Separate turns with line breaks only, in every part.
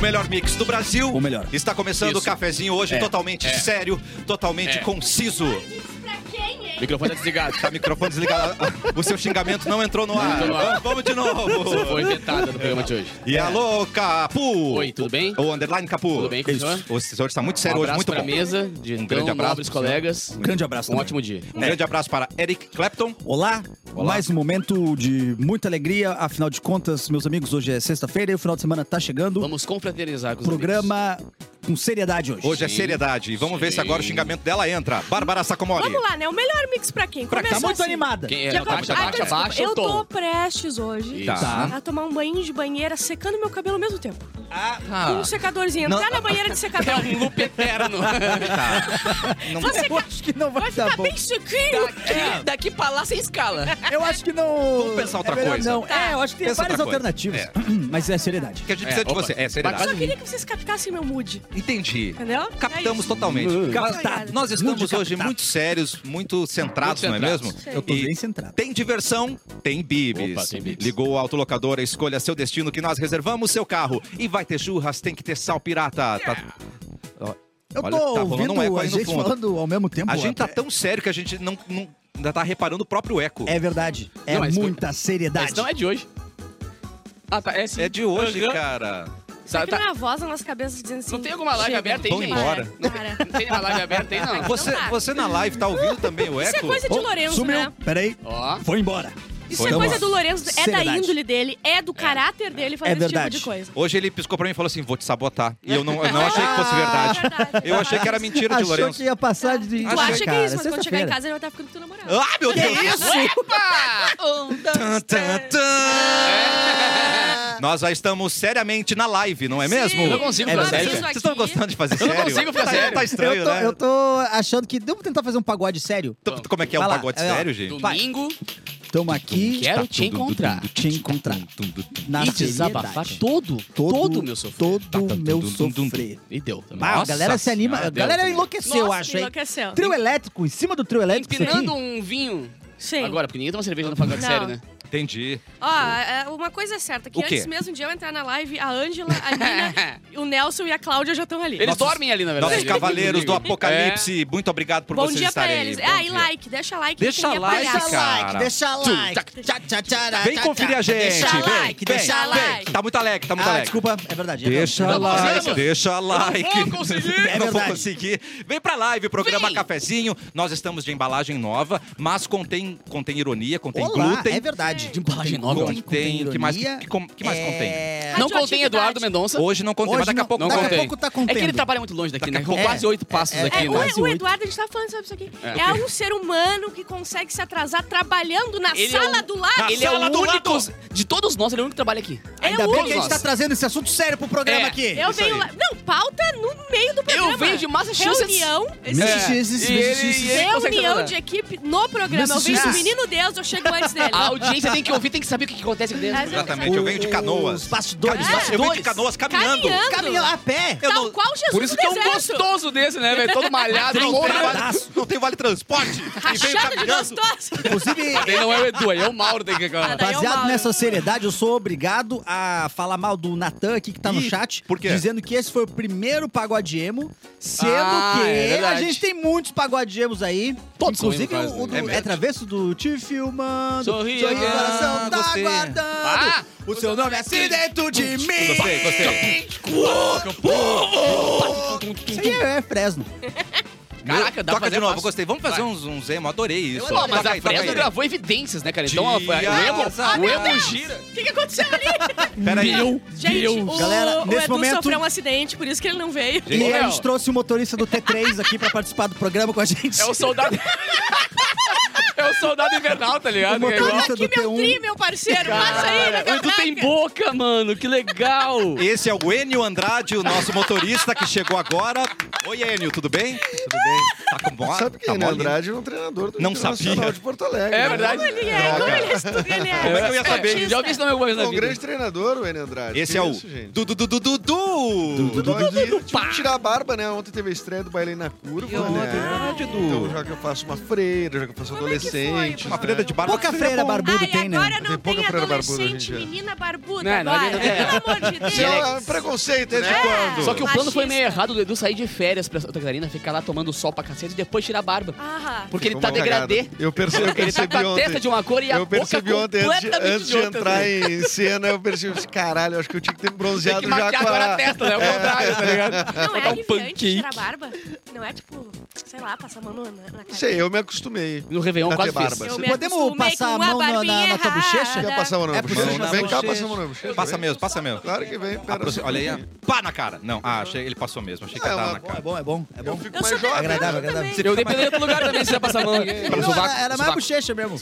melhor mix do Brasil.
O melhor.
Está começando o
Isso.
cafezinho hoje
É.
totalmente
É.
sério, totalmente
É.
conciso.
O microfone tá desligado.
Tá, microfone desligado. O seu xingamento não entrou no ar.
entrou no ar.
Vamos de
Você foi
novo.
inventada no programa de hoje.
E alô, Capu.
Oi, tudo bem?
O underline Capu.
Tudo bem,
Isso.
continua?
O senhor está muito sério
Um
hoje,
abraço
muito
pra
bom.
mesa, de
Um
então,
grande abraço
nobres
pro senhor.
colegas.
Um grande abraço
Um
também.
ótimo dia.
Um grande abraço para Eric Clapton.
Olá.
Olá.
mais um momento de muita alegria. Afinal de contas, meus amigos, hoje é sexta-feira e o final de semana tá chegando.
Vamos confraternizar com os
Programa com seriedade hoje.
Hoje é
Sim.
seriedade. E vamos ver se
Sim.
agora o xingamento dela entra. Bárbara Sacomori.
Vamos lá, né? O melhor mix pra quem?
Pra- tá
tá
Começou
muito
assim.
animada.
Quem é?
De
Não,
acordo-
baixa,
Ai,
baixa,
desculpa,
baixa o
Eu tô
tom.
prestes hoje
Isso.
Tá.
a tomar um banho de banheira secando meu cabelo ao mesmo tempo. Com um secadorzinho.
Não.
Entrar na banheira de secador.
É um loop eterno.
Não-
Você
Eu acho que não vai,
vai
dar
ficar
bom.
Tá bem chiquinho.
Tá.
É, daqui pra lá sem escala.
Eu acho que não.
Vamos pensar outra
é melhor
coisa.
Tá.
Não. É, eu acho que tem
Pensa
várias
outra coisa.
alternativas. Mas é seriedade.
que a gente
É,
precisa de
opa.
você. É seriedade.
Só queria que vocês captassem meu mood,
Entendi.
entendeu?
Captamos
É isso.
totalmente.
Captado.
Nós estamos
Hum. Muito
hoje
captado.
muito sérios, muito centrados,
Muito centrados.
não é mesmo?
Eu tô
E
bem centrado.
Tem diversão, tem bibis.
Opa, tem bibis.
Ligou o autolocador, escolha seu destino que nós reservamos seu carro. E vai ter churras, tem que ter sal pirata. Tá- Ó,
Eu
olha,
tô
tá rolando
ouvindo
um eco
a
aí no
gente
fundo.
falando ao mesmo tempo.
A gente tá
É-
tão sério que a gente não, não ainda tá reparando o próprio eco.
É verdade. É
Não, mas-
muita
Mas
seriedade.
não é de hoje. Ah, tá. É, sim.
É de hoje,
Aham.
cara.
Será
Sabe,
que
tá-
não é a voz nas nossas cabeças dizendo assim...
Não tem alguma live
chega,
aberta aí,
Vão
gente?
embora.
Para, para.
Não tem a live aberta aí, não.
Você,
tá.
você na live tá ouvindo também o eco?
Isso é coisa de
Oh,
Lourenço,
sumiu.
né?
Peraí.
Ó.
Foi embora.
Isso
Foi
é
uma
coisa do Lourenço, é da
seriedade.
índole dele, é do caráter dele fazer
É
esse tipo
verdade.
de coisa.
Hoje ele piscou pra mim e falou assim: vou te sabotar. E eu não, eu não achei que fosse verdade.
Ah, é Verdade.
Eu achei que era mentira de
Achou
Lourenço.
que ia passar de...
Tu
Acho
acha que é isso, mas quando chegar em
Sexta-feira.
casa ele vai estar ficando com teu namorado.
Ah, meu Deus! Tan, tan, tan. Nós já estamos seriamente na live, não é mesmo?
Sim.
Eu não consigo
É
falar
verdade.
sério.
Isso aqui.
Vocês estão gostando de fazer
Eu não
sério?
consigo fazer
tá,
sério.
Tá estranho,
eu, tô,
né?
eu tô achando que... Vamos tentar fazer um pagode sério?
Tu- tu- Como é que é um
Vai lá,
pagode
vai lá.
sério, gente?
Domingo,
Tamo aqui...
quero te encontrar.
Te encontrar. Na
E desabafar
seriedade.
todo, todo o meu sofrimento.
Tá,
Todo o meu sofrer.
E deu também.
Bah, a galera se anima.
senhora,
a galera
deu também.
enlouqueceu, eu
Nossa,
acho, hein?
enlouqueceu.
Trio elétrico, em cima do trio elétrico. isso
Empinando
aqui.
um vinho.
Sim.
Agora, porque ninguém toma cerveja no pagode
Não.
sério, né?
Entendi.
Ó, é, uma coisa é certa, que
O quê?
antes mesmo de eu entrar na live, a Ângela, a Nina, o Nelson e a Cláudia já estão ali.
Eles
Nossos-
dormem ali, na verdade.
Nossos
né?
cavaleiros do
É.
apocalipse, muito obrigado por
Bom
vocês
dia pra
estarem
eles.
aí.
Ah,
Bom
e
dia.
like, deixa like.
Deixa
quem é
like,
palhaço.
cara.
deixa like. Tchá, tchá, tchá,
Vem
tchá,
conferir
tchá.
a gente.
Deixa
vem,
like,
vem,
deixa
vem.
like.
Tá muito alegre, tá muito
Ah,
alegre.
desculpa, é verdade. é
Deixa
verdade.
like,
conseguimos.
deixa like.
Não conseguimos.
É
não vou
verdade.
conseguir. Vem pra live, programa
Vem.
Cafezinho. Nós estamos de embalagem nova, mas contém, contém ironia, contém
Olá,
glúten.
é verdade. De embalagem nova.
Contém, que mais, que,
ironia.
que com- que mais contém?
É...
Não contém Eduardo Mendonça.
Hoje não contém,
Hoje
mas daqui a
não-
pouco
Não
tá.
daqui a
contém.
pouco tá contendo.
É que ele trabalha muito longe daqui, né? Com
É.
quase oito passos
É,
aqui,
É,
né?
o,
Quase
o
oito.
Eduardo, a gente tava falando sobre isso aqui.
É.
É, um ser humano que consegue se atrasar trabalhando na
Ele é
sala
um-
do lado.
Ele é
Sala do
o único...
lado.
De todos nós, ele é o único que trabalha aqui.
É
Ainda
o
bem
único.
que a gente tá trazendo esse assunto sério pro programa
É.
aqui.
Eu
Isso
venho
aí.
lá. Não, pauta no meio do programa.
Eu venho de Massachusetts.
Reunião.
É.
Mrs. Jesus,
e ele-
Mrs. Jesus.
e ele consegue
Reunião
trabalhar.
de equipe no programa. Eu venho do
Massachusetts.
Menino Deus, eu chego antes
É.
dele.
A audiência tem que ouvir, tem que saber o que que acontece aqui dentro.
Mas eu-
Exatamente, eu venho de canoas.
Os bastidores.
Nossa, eu venho de
Dois.
canoas caminhando.
Caminhando.
Caminhão a pé.
Eu
Tal
não-
qual Jesus
Por isso
no
que é um
deserto.
gostoso desse, né, velho? Todo malhado.
Não,
todo
tem
malhado.
vale, não tem vale transporte. E venho
Rachado de
caminhando.
gostoso.
Inclusive,
Ele não é o Edu, aí é o Mauro tem que
Ah,
reclamar.
Daí é o
Baseado
Mauro.
nessa seriedade, eu sou obrigado a falar mal do Natan aqui que tá no
Ih,
chat.
por quê?
Dizendo que esse foi o primeiro pagode emo. Sendo
Ah,
que
é
a
verdade.
gente tem muitos pagode emos aí.
Todos são
Inclusive,
emo, quase,
o, o do,
né? É
é,
verdade.
Travesso do Te Filmando.
Sorria,
o coração
ah,
tá
gostei.
aguardando.
Ah,
o seu nome é dentro de mim.
Gostei, gostei.
Isso aí é, é Fresno.
Caraca, dá pra
Toca
fazer
de novo,
fácil.
gostem. Vamos fazer
Vai.
uns, uns emo, adorei isso.
Pô, mas
Toca
a
aí, toca
Fresno
aí.
gravou evidências, né, cara? Então a, a, o emo,
Ah,
o
meu
emo
Deus.
gira.
O que, que aconteceu ali?
Pera aí.
Gente, o,
Galera,
o
nesse
Edu
momento-
sofreu um acidente, por isso que ele não veio.
E
Ô,
a
meu.
gente trouxe o motorista do T3 aqui pra participar do programa com a gente.
É o soldado. é o soldado invernal, tá ligado?
O
Que é igual.
motorista
Aqui
do
meu
T1.
tri, meu parceiro, passa aí na
Cara, o Edu tem
catraca.
boca, mano. Que legal.
Esse é o Enio Andrade, o nosso motorista que chegou agora. Oi, Enio, tudo bem? Tudo bem. Tá com boa?
Sabe que
tá
Enio
mole?
Andrade é um treinador do
Não
Internacional
sabia.
de Porto Alegre.
É
né?
verdade.
Como ele é, como ele é, estu- ele é.
Como é que eu ia saber?
esportista.
Já ouvi esse nome alguma vez
É
na
um
vida.
grande treinador, o Enio Andrade.
Esse
Que
é o
isso, gente.
Dudu Dudu Dudu. Dudu.
Dudu aqui,
tipo,
tive que tirar a barba, né? Ontem teve a estreia do Bailei na Curva, né?
verdade,
Então,
Dudu.
já que eu faço uma freira, já que eu faço um
é Como é que foi,
adolescente.
pô?
Uma freira de barba.
Pouca freira
barba.
barbuda
Ai,
tem, né?
agora não
Tem pouca
tem
freira barbuda
adolescente,
hoje em dia.
menina barbuda
Não, não
agora.
adianta- é.
Pelo amor de Deus.
Isso é um preconceito desde
É.
quando?
Só que o plano foi
Machista.
meio errado do Edu sair de férias pra Santa Catarina, ficar lá tomando sol pra cacete e depois tirar a barba.
Aham.
Porque ele
Ficou
tá
mal cagado.
degradê.
Eu percebi, eu
Ele tá com
percebi
a testa
ontem.
de uma cor e a
Eu percebi
boca
ontem, antes de,
completamente né?
antes de entrar em cena, eu percebi, disse, caralho, acho que eu tinha que ter me
Tem
bronzeado
que
já
maquiar
com
agora
a... É.
a testa, né? O contrário, tá ligado?
Não é
Botar um
aliviante
pancake.
tirar a barba? Não é tipo, sei lá, passar a mão na, na cara.
Não sei, eu me acostumei.
No Réveillon
Pra
quase
ter
fiz.
Tá barba.
Eu me
Podemos
acostumei
passar a
com uma
mão na- na-
barbinha
na tua bochecha?
errada.
Já passamos na
É
bochecha.
possível,
Vem
na
cá,
bochecha.
passamos na bochecha.
Passa
Vem.
mesmo, passa mesmo.
Claro que vem. Pera,
Aproxima-
só um
Olha aí,
pouquinho.
pá na cara. Não, ah, achei, ele passou mesmo, achei que ia
Não,
dar
é
na
bom,
É
cara.
bom, é bom, é
Eu
bom.
fico
Eu sou
mais jovem.
Agradável, agradável.
também.
Eu dependendo do lugar também, se ia passar a mão.
Não, ela,
Sovaco,
ela é mais
sovaco.
bochecha mesmo.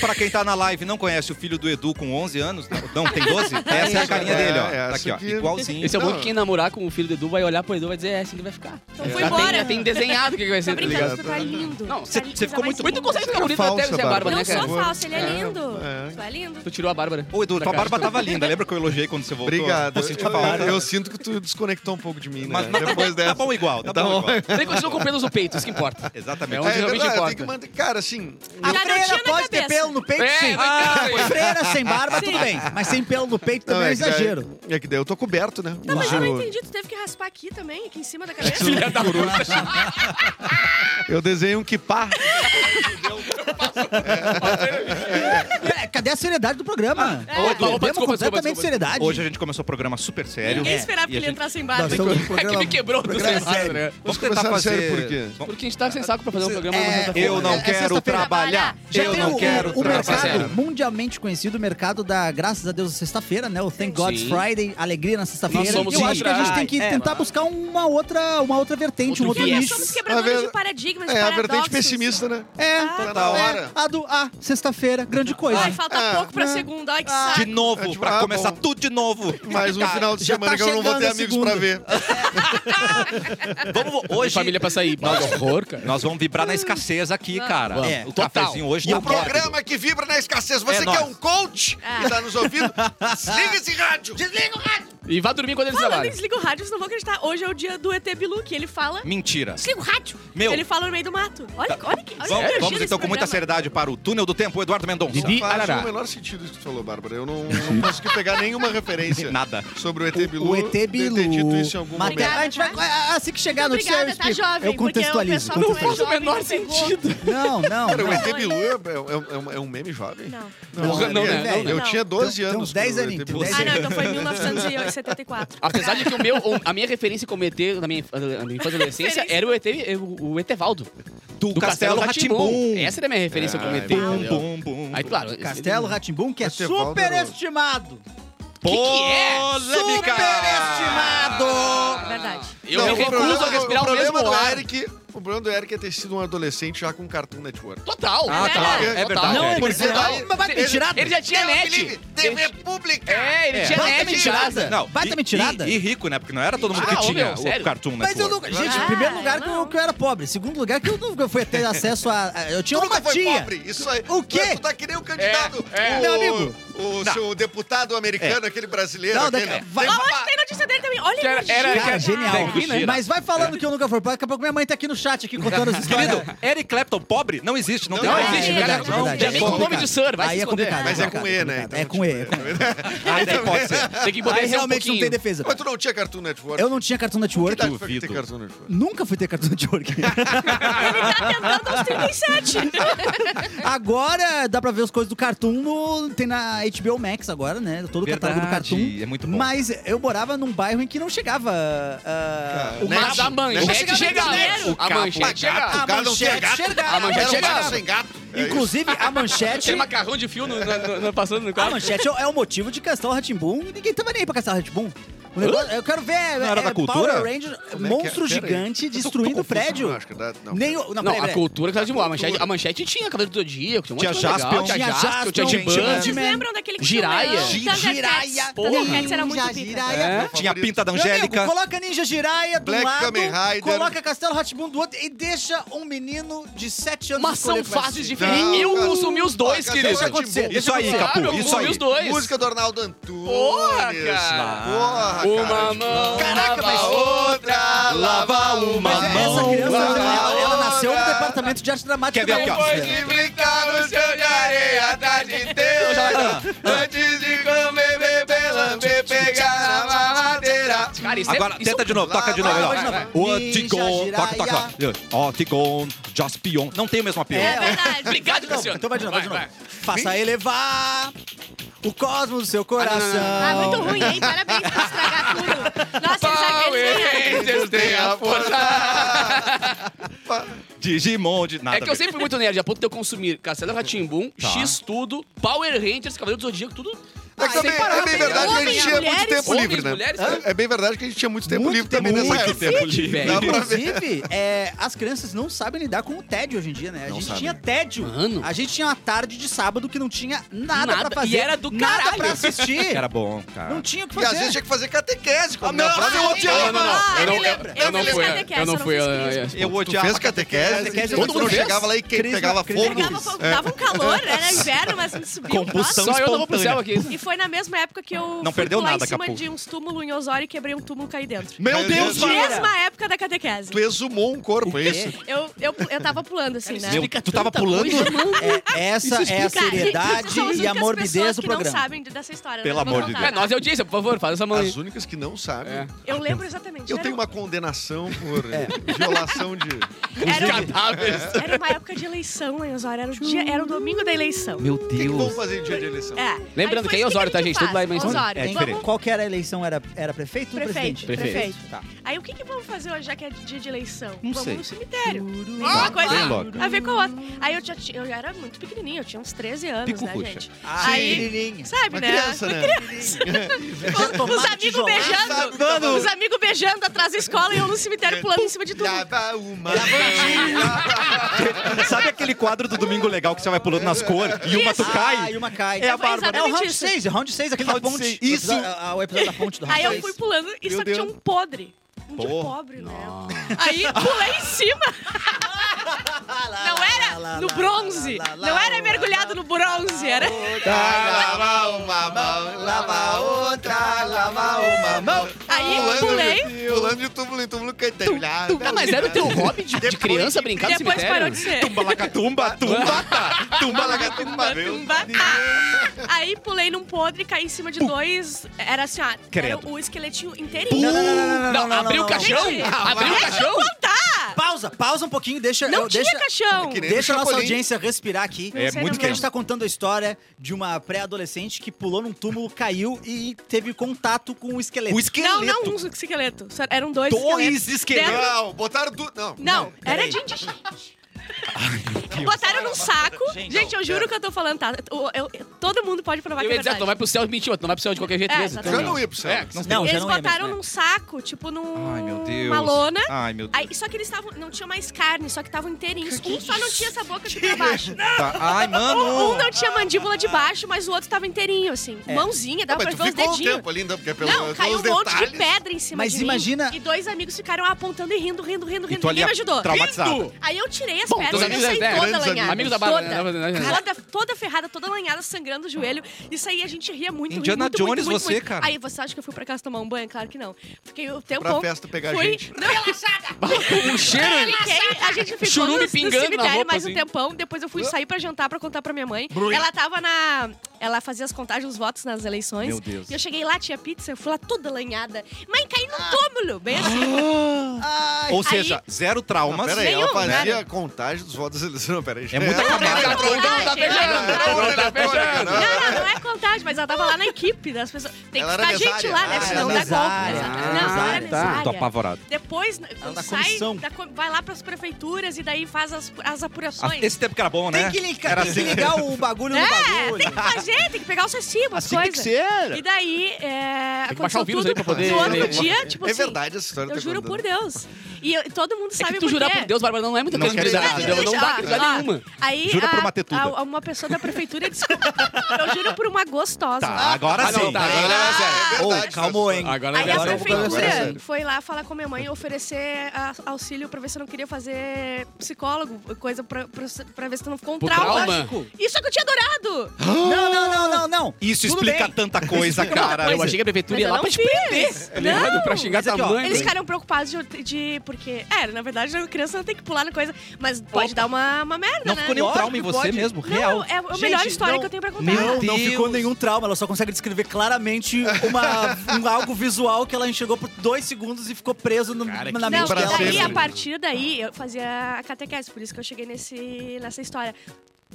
Pra quem tá na live e não conhece o filho do Edu com 11 anos, não, tem 12? Essa é a carinha dele, ó.
É, é
Tá aqui, ó.
essa que-
Igualzinho.
Esse é o bom
Não.
que quem namorar com o filho do Edu vai olhar pro Edu e vai dizer, é assim que vai ficar.
Então foi
Já tem,
embora.
já tem desenhado o que que vai
Tô
ser. tá ligado?
brincando, tu tá lindo.
Não,
Tu
cê-
tá li-
cê
coisa
ficou
mais
muito-
Muito consegue ficar
Seja
bonito até
falsa,
sem a barba,
Bárbara.
né,
Não
cara?
sou falso, ele é
É,
lindo.
é.
Tu é lindo.
Tu tirou a Bárbara.
Ô, Edu,
Da
tua
caixa.
barba tava linda. Lembra que eu elogiei quando você voltou?
Obrigado.
Eu senti
Eu,
falta.
eu sinto que tu desconectou um pouco de mim, né?
Mas, mas tá,
Depois
bom, tá
dessa.
bom igual, tá,
Tá
bom,
bom.
igual.
Ele continua com pelos no peito, isso que importa.
Exatamente.
É
É,
onde realmente
verdade, tem
importa.
que manter... Cara, assim...
A
A freira pode ter pelo no peito,
É,
sim.
vai ter, vai ter.
Freira sem barba, tudo bem. Mas sem pelo no peito também é
que daí-
exagero.
É que daí eu tô coberto, né?
Não, Tá, mas eu
Uso-
não entendi. Tu teve que raspar aqui também, aqui em cima da cabeça.
Eu desenho um kipá.
É, Cadê a seriedade do programa?
É. Ô, Edu,
Perdemos
opa, desculpa,
completamente
desculpa, desculpa.
seriedade.
Hoje a gente começou o programa super sério.
Ninguém
É.
esperava
E
que
a
ele
gente-
entrasse em
Nós
barba.
estamos no
É que
programa.
me quebrou do
programa
cenário, né?
Vamos
Vamos
tentar
começar
fazer...
sério por quê?
Vamos-
Porque a gente tá sem saco pra fazer um programa na
É,
sexta-feira.
Eu não
É
quero
sexta-feira.
trabalhar.
Já
Eu
tem
não
o,
quero
o mercado
trabalhar.
mundialmente conhecido, o mercado da, graças a Deus, sexta-feira, né? O Thank God's
Sim.
Friday, alegria na sexta-feira.
Nós somos
Eu acho que a gente
sim.
tem que
É,
tentar
mas-
buscar uma outra, uma outra vertente, um outro
Outro
Porque nós
viés.
nicho.
é somos quebradores
ver-
de paradigmas,
É a
paradoxos.
vertente pessimista, né?
É,
Tá
é,
na hora.
a do A, sexta-feira, grande coisa.
Ai, falta
Ah,
pouco pra segunda. Ai, que
De
saco.
novo,
É tipo,
pra
ah,
começar
bom.
tudo de novo.
Mais um
Cara,
final de
já
semana
tá
que eu não vou
chegando
ter
a
amigos
segunda.
pra ver.
Vamos
Hoje...
hoje.
família pra sair. Mas horror, cara.
Nós vamos vibrar na escassez aqui, cara.
Vamos.
É, o cafezinho
Total.
hoje
E
tá
o
top.
Programa que vibra na escassez. Você
É
que
nóis.
é um coach
Ah.
e tá nos ouvindo, desliga esse rádio. Desliga o rádio.
E vá dormir quando eles
Falando em
trabalham.
desliga o rádio, vocês não vão acreditar. Hoje é o dia do ET Bilu, que ele fala... Tá.
Mentira.
Desliga o rádio.
Meu.
Ele fala no meio do mato. Olha, olha que... Olha
Vamos,
que
vamos então com muita
seriedade.
seriedade para o túnel do tempo, Eduardo Mendonça.
Didi
Faz
Arará.
o menor sentido isso que tu falou, Bárbara. Eu não, não consegui pegar nenhuma referência
Nada.
sobre o ET
O-
Bilu.
O ET Bilu.
Ter dito isso em algum
Mas
momento.
Obrigada,
a gente vai- assim que chegar no
Obrigada,
eu
tá
explico.
jovem,
eu
porque o
contextualizo.
pessoal não é
contextualizo.
jovem, não pegou.
Não, não,
Cara, o
não.
ET Bilu é, é- é um- é um meme jovem?
Não.
Não, não,
eu-
né?
Eu
Não.
tinha 12
Tem- tem
anos.
uns 10
quando o
aninhos,
ET Bilu-
tem
Ah, não, então foi em 1974.
Apesar de que o meu, a minha referência como ET na minha infa- na minha infância e adolescência era o ET, o, o Etevaldo.
Do, Castelo Ratimbum.
Rá-Tim-Bum. Essa era a minha referência como
Ah,
ET.
Bum,
entendeu?
bum, bum.
Aí, claro. esse-
Castelo Ratimbum, que é
Etevaldo-
superestimado.
que que é?
Polêmica!
Superestimado!
Verdade.
Eu
Não,
me
o
recuso
problema-
a respirar o,
problema
mesmo
do
ar.
Eric, o problema do Eric é ter sido um adolescente já com Cartoon Network.
Total.
Ah, tá.
total,
É
total.
verdade.
Não, é
Eric.
Porque daí-
verdade. Mas vai me tirar.
Ele já
um
tinha net.
TV pública.
É, ele
É.
tinha
Bata
net.
mentirada.
cara.
Não,
Baita
e-
mentirada.
E, e rico, né? Porque não era todo mundo
Ah,
que
ô,
tinha
meu,
o
sério?
Cartoon
Mas eu
Network.
nunca. Gente,
Ah,
em primeiro lugar, que eu,
não.
que eu era pobre. Em segundo lugar, que eu nunca fui ter acesso a. a- Eu tinha uma
Nunca foi
tia.
pobre. Isso aí.
O quê?
Tu tá que nem o candidato.
É, é.
O,
Meu amigo. É.
O seu deputado americano, aquele brasileiro.
Não, daqui-
aquele...
vai-
Ó, hoje tem notícia dele também. Olha
Era-
a
era-
energia.
Cara,
Cara,
genial.
daqui, né?
Mas vai falando que eu nunca fui pobre. Daqui a pouco minha mãe tá aqui no chat aqui contando as histórias.
Querido, Eric Clapton pobre não existe. Não,
Não
tem
Não
como.
existe,
é
o cara.
verdade, é
não,
verdade,
já
é
vem com o nome
complicado.
de Sir, vai
Aí
se
é
esconder.
complicado.
Mas é com E,
complicado,
né? Então,
É com E. é com E.
Aí daí pode ser.
Tem que
Aí
poder ser um
realmente não tem
pouquinho.
defesa.
Mas tu não tinha Cartoon Network.
Eu não tinha cartão
Que
network.
idade foi que
duvido.
tem Cartoon Network?
Nunca fui ter cartão network.
Ele tá tentando aos 37.
Agora dá pra ver as coisas do Cartoon no- tem na HBO Max agora, né? Todo o catálogo do
Verdade,
Cartoon.
é muito bom.
Mas eu morava num bairro em que não chegava. ah, o
Net.
Mas a manchete
Chegava
chegava.
primeiro.
A manchete chegava.
a
cara não tinha
manchete
gato.
chegava.
A manchete
Era um
chegava.
gato sem gato. É isso.
Inclusive, a manchete.
Tinha macarrão de fio no- no- no- passando no
A
carro.
manchete é o motivo de Castelo Ratimbum e ninguém tava nem aí pra Castelo Ratimbum. O negócio- Eu quero ver. é-
Não era
é
da cultura?
Power Ranger,
Como é que é?
monstro
Pera aí.
gigante
Eu tô- tô
destruindo o
confuso,
prédio.
não, acho que dá- não.
Nem o. Não,
Não,
peraí,
a
peraí.
cultura que tá de boa. A manchete, a manchete tinha cabelo do Zodíaco. Tinha um monte
Tinha
de coisa legal.
Jaspion.
Tinha
Tinha
Jaspion, tinha
Jaspion,
Jiban.
Vocês
Man.
lembram daquele que
Giraia.
tinha o leão?
Jiraya.
Thundercats. Thundercats era muito pica.
Meu
Tinha a
favorito.
pinta da
Meu
Angélica.
amigo, coloca Ninja Jiraiya do
Black
lado,
Kamen Rider.
coloca Castelo Hatboom do outro e deixa um menino de 7 anos
Mas são
escolher qual é vai
fases
ser.
diferentes.
Não,
eu
cara.
consumi os dois,
Ah,
querido.
Castelo
Isso
Rá-Tim-Bum.
Isso aí,
Claro,
Capu.
eu
Isso
consumi
aí.
os dois.
Música do Arnaldo Antunes.
Porra, cara.
Porra, cara.
Uma mão
Caraca,
lava
mas-
outra, lava
Lava
uma
uma
Mas essa
mão.
criança, ela, ela Seu departamento de arte dramática.
Quer ver aqui, ó?
da UFSC.
brincar no chão de areia a tarde inteira. Antes de comer, beber, lamber, pegar na mamadeira.
Cara, isso
Agora,
é, isso
tenta de novo, toca de novo.
Vai, vai,
ó.
vai.
O Tigon, toca, toca, toca. Ó, Tigon, Jaspion. Não tem o mesmo apelo.
É
É,
verdade.
Obrigado,
Não,
Cassiano.
então vai de novo, vai de novo.
vai.
Faça elevar o cosmos do seu coração.
Ah, muito ruim, hein? Parabéns por estragar tudo. Nossa, eles agradecem.
Rangers tem a força.
Digimon, de nada.
É que eu sempre fui muito nerd, a ponto de eu consumir Castelo Ratimbum,
Ah, Tá.
X-Tudo, Power Rangers, Cavaleiro do Zodíaco, tudo.
É que também é bem verdade que a gente tinha muito tempo
homens,
livre, né?
mulheres,
É- É bem verdade que a gente tinha muito tempo
Muito
livre
tempo,
também nessa
muito
época.
tempo livre.
velho.
Dá pra ver.
Inclusive, é, as crianças não sabem lidar com o tédio hoje em dia, né? A
Não
gente
sabem.
tinha tédio.
Mano.
A gente tinha uma tarde de sábado que não tinha nada,
Nada.
pra fazer.
E era do
Nada
caralho.
pra assistir.
Era bom, cara.
Não tinha o
E
que fazer.
às vezes tinha que fazer catequese. como minha prova, é. eu
ah,
odiava.
Não, não, não. Ah, me lembra. Eu fiz catequese,
eu não
eu não
fui.
fiz
eu- eu-
crisma.
Eu
Tu fez catequese,
Catequese,
todo
todo
mundo
mundo fez?
chegava lá e que-
Crisma,
pegava
crisma.
fogo.
Pegava fogo, dava um calor, era inverno, mas me subiu.
Combustão
Só eu não vou pro céu aqui.
espontânea.
E foi na mesma época que eu
Não
fui
perdeu
pular
nada,
em cima
Capu.
de uns túmulos em Osório e quebrei um túmulo e caí dentro.
Meu Deus,
Deus,
Mentira.
Mesma época da catequese.
Tu exumou um corpo, é isso?
Eu, eu, eu tava pulando, assim, né?
Meu, tu tava pulando?
É, essa é a
Cara,
seriedade
são as
e a
únicas
morbidez
pessoas
do
que não
programa.
sabem dessa história.
Pelo
né? Vou
amor de
contar.
Deus.
É, nós é audiência, por favor, faz essa mão aí.
As únicas que não sabem.
É.
Eu lembro exatamente.
Eu
era-
tenho uma condenação por violação de.
um- era, um-
Cadáveres.
era uma época de eleição em Osório, era o, dia, era o domingo da eleição.
Meu
O que, que vão
Deus.
fazer em dia de eleição?
É.
Lembrando
Aí foi
que é em
isso
Osório,
a
tá, gente? Tudo lá em Minas
um-
Gerais.
Osório.
É
Vamos-
diferente.
Qual que era a eleição? Era, era prefeito ou
Prefeito,
presidente?
prefeito.
Tá.
Aí o que, que vamos fazer hoje, já que é dia de eleição?
Não
vamos
sei.
no cemitério.
Tá,
Uma coisa
bem logo.
a ver com a outra. Aí eu, já, ti- eu já era muito pequenininha, eu tinha uns 13 anos, né,
Picuruxa.
gente?
Ah,
Aí,
menininha.
sabe,
Uma
né?
criança, né?
Com-
Tomate
Os amigos
tijolado.
beijando.
Mano.
Os amigos beijando atrás da escola e eu no
É
cemitério pulando em cima de tudo.
Lava uma.
Sabe aquele quadro do Domingo Legal que você vai pulando nas cores e uma tu
Isso.
Ah,
cai?
e uma cai.
É a
Foi Bárbara.
É o round
exatamente isso.
6, round 6, aquele
Round
da ponte.
seis.
O
Isso.
episódio- ah, O episódio da ponte do round
Aí eu
6.
fui pulando e só
Meu
que tinha
Deus.
um podre. Um de
Porra.
pobre, né? Aí pulei em cima. Não era no bronze. Não era mergulhado no bronze. Era
Lava uma mão, lava outra, lava uma mão.
Aí,
Pulando,
pulei.
Pulando de túmulo em túmulo, cantando.
Ah, mas era o teu hobby de, de criança brincar no
Depois parou
cemitério?
de ser.
Tumba, lacatumba, tumba, tá. Tumba, lacatumba.
Tumba, Ah! Aí pulei num podre, caí em cima de dois. Era assim, ó. Era
Credo.
o esqueletinho
Não,
inteirinho.
não, não, não, não, não,
Não,
não,
abriu
não,
o
não.
caixão?
Gente,
Abriu o
Deixa eu
um caixão?
contar!
Pausa, pausa um pouquinho, deixa.
Não
eu-
tinha
deixa, É
caixão!
que nem-
Deixa a nossa
Chapolin.
audiência respirar aqui.
É
porque
muito
a gente
tempo.
tá contando a história de uma pré-adolescente que pulou num túmulo, caiu e teve contato com o esqueleto.
O
Não,
esqueleto.
não um esqueleto. Só- Eram dois, esqueletos.
Dois esqueletos.
Não, botaram tudo. Não.
Não, era
peraí.
de indígena. Botaram num saco.
Gente,
Gente, eu juro que eu tô falando, tá? Eu- eu- todo mundo pode provar
Eu
que é
ia dizer, tu
verdade.
não vai pro céu, mentiu, tu não vai pro céu de qualquer jeito
É,
mesmo. então.
Já não ia pro céu.
É,
Não, já
Eles
não ia mesmo,
botaram
né?
num saco, tipo num.
Ai, meu Deus. Ah.
Uma lona.
Ai, meu Deus.
Aí, só que eles estavam. Não tinha mais carne, só que estavam inteirinhos. Um só não tinha essa boca de pra baixo.
Tá. Ai,
Um
mano.
não tinha mandíbula de baixo, mas o outro tava inteirinho, assim. Mãozinha,
Não,
dava
mas
pra
tu
ver os
ficou um
dedinhos.
tempo ali, ainda, porque pelo
Não, caiu um
pelos
monte de
detalhes.
pedra em cima
Mas
de mim.
imagina-
E dois amigos ficaram apontando e rindo, rindo, rindo,
E
rindo.
tu ali
Ninguém me ajudou.
traumatizado.
Aí eu tirei as
Bom,
pedras,
dois
eu
amigos
saí
é-
toda
grandes
lanhava.
amigos
da Bárbara,
toda,
né?
toda, toda ferrada, toda lanhada, sangrando o joelho. Isso aí a gente ria muito. ria
Indiana
muito,
Jones
muito, muito,
você,
muito.
cara.
Aí você acha que eu fui pra casa tomar um banho? Claro que não. Fiquei o tempo
Pra festa pegar
fui...
gente.
Não, relaxada!
O cheiro... é
Fiquei, a gente ficou
Churume
no, no
pingando na
cemitério
roupa,
mais um
assim.
tempão. Depois eu fui sair pra jantar pra contar pra minha mãe.
Brulha.
Ela tava na. Ela fazia as contagens, os votos nas eleições.
Meu Deus.
E eu cheguei lá, tinha pizza, eu fui lá toda lanhada. Mãe, caí no túmulo! Bem assim.
Ai,
Ou seja, zero
Não,
traumas.
pera aí, ela
nenhum,
fazia
nada.
a contagem dos votos da eleição. Não, pera aí.
É muita
Ah,
um
A
camada.
conta não tá fechando,
né?
a conta não tá fechando.
Não, não, não é contagem, mas ela tava lá na equipe das pessoas. Tem
Ela
que
era
ficar gente
mesária.
lá,
Ah,
né? Senão
era
dá
mesária.
golpe. Exato.
Ah,
Não, ela era
tá.
mesária.
Tô apavorado.
Depois né,
da
sai,
comissão.
da co- vai lá pras prefeituras e daí faz as, as
Ah,
apurações.
Esse tempo que era bom, né?
tem que ligar,
Era
tem que
assim.
ligar o bagulho no
É,
bagulho.
tem que fazer, tem que pegar o cacimbo,
Assim
as coisas. E daí, é,
Tem que baixar
aconteceu
o vírus
tudo
aí pra poder-
no outro
É
dia, tipo
É
assim,
verdade essa história.
eu
tá
juro por
contando.
Deus. E eu- todo mundo
É
sabe
que
o
tu
por
jurar
quê.
por Deus, Bárbara, não é muita
Não
coisa
quero
credibilidade,
jurar.
entendeu? Não dá credibilidade
Ó,
nenhuma.
Aí
Jura
a,
por uma tetuda.
a- uma pessoa da prefeitura descobriu. eu juro por uma gostosa.
Tá, agora
Ah, não,
sim.
tá, agora
é sério, é
Ô,
verdade,
calma,
essa
hein.
Agora
Agora
Aí a
eu vou agora é
prefeitura
sério.
foi lá falar com a minha mãe e oferecer a- auxílio pra ver se eu não queria fazer psicólogo, coisa pra, pra, pra ver se tu não ficou um
Pro
trauma.
trauma. Ah,
Isso é que eu tinha adorado!
Não, não, não, não, não.
Isso
Tudo
explica
bem.
tanta coisa, cara.
Eu achei que a prefeitura
Mas
ia
eu
lá
não
pra te prender.
fiz.
tá ligado?
Não.
Pra xingar
Mas aqui, ó,
tamanho.
Eles ficaram preocupados de, de porque. É, na verdade, a criança não tem que pular na coisa, mas pode dar uma, uma merda,
Não
né?
ficou nenhum
Lógico
trauma em
que
você
pode.
mesmo,
Não,
real.
é a
Gente,
melhor história
não-
que eu tenho pra contar.
Meu
Não, não
Deus.
ficou nenhum trauma, ela só consegue descrever claramente uma, um algo visual que ela enxergou por dois segundos e ficou preso no,
Cara,
na
que
Não,
mente
pra
daí
dela.
sempre.
a partir daí eu fazia a catequese, por isso que eu cheguei nesse, nessa história.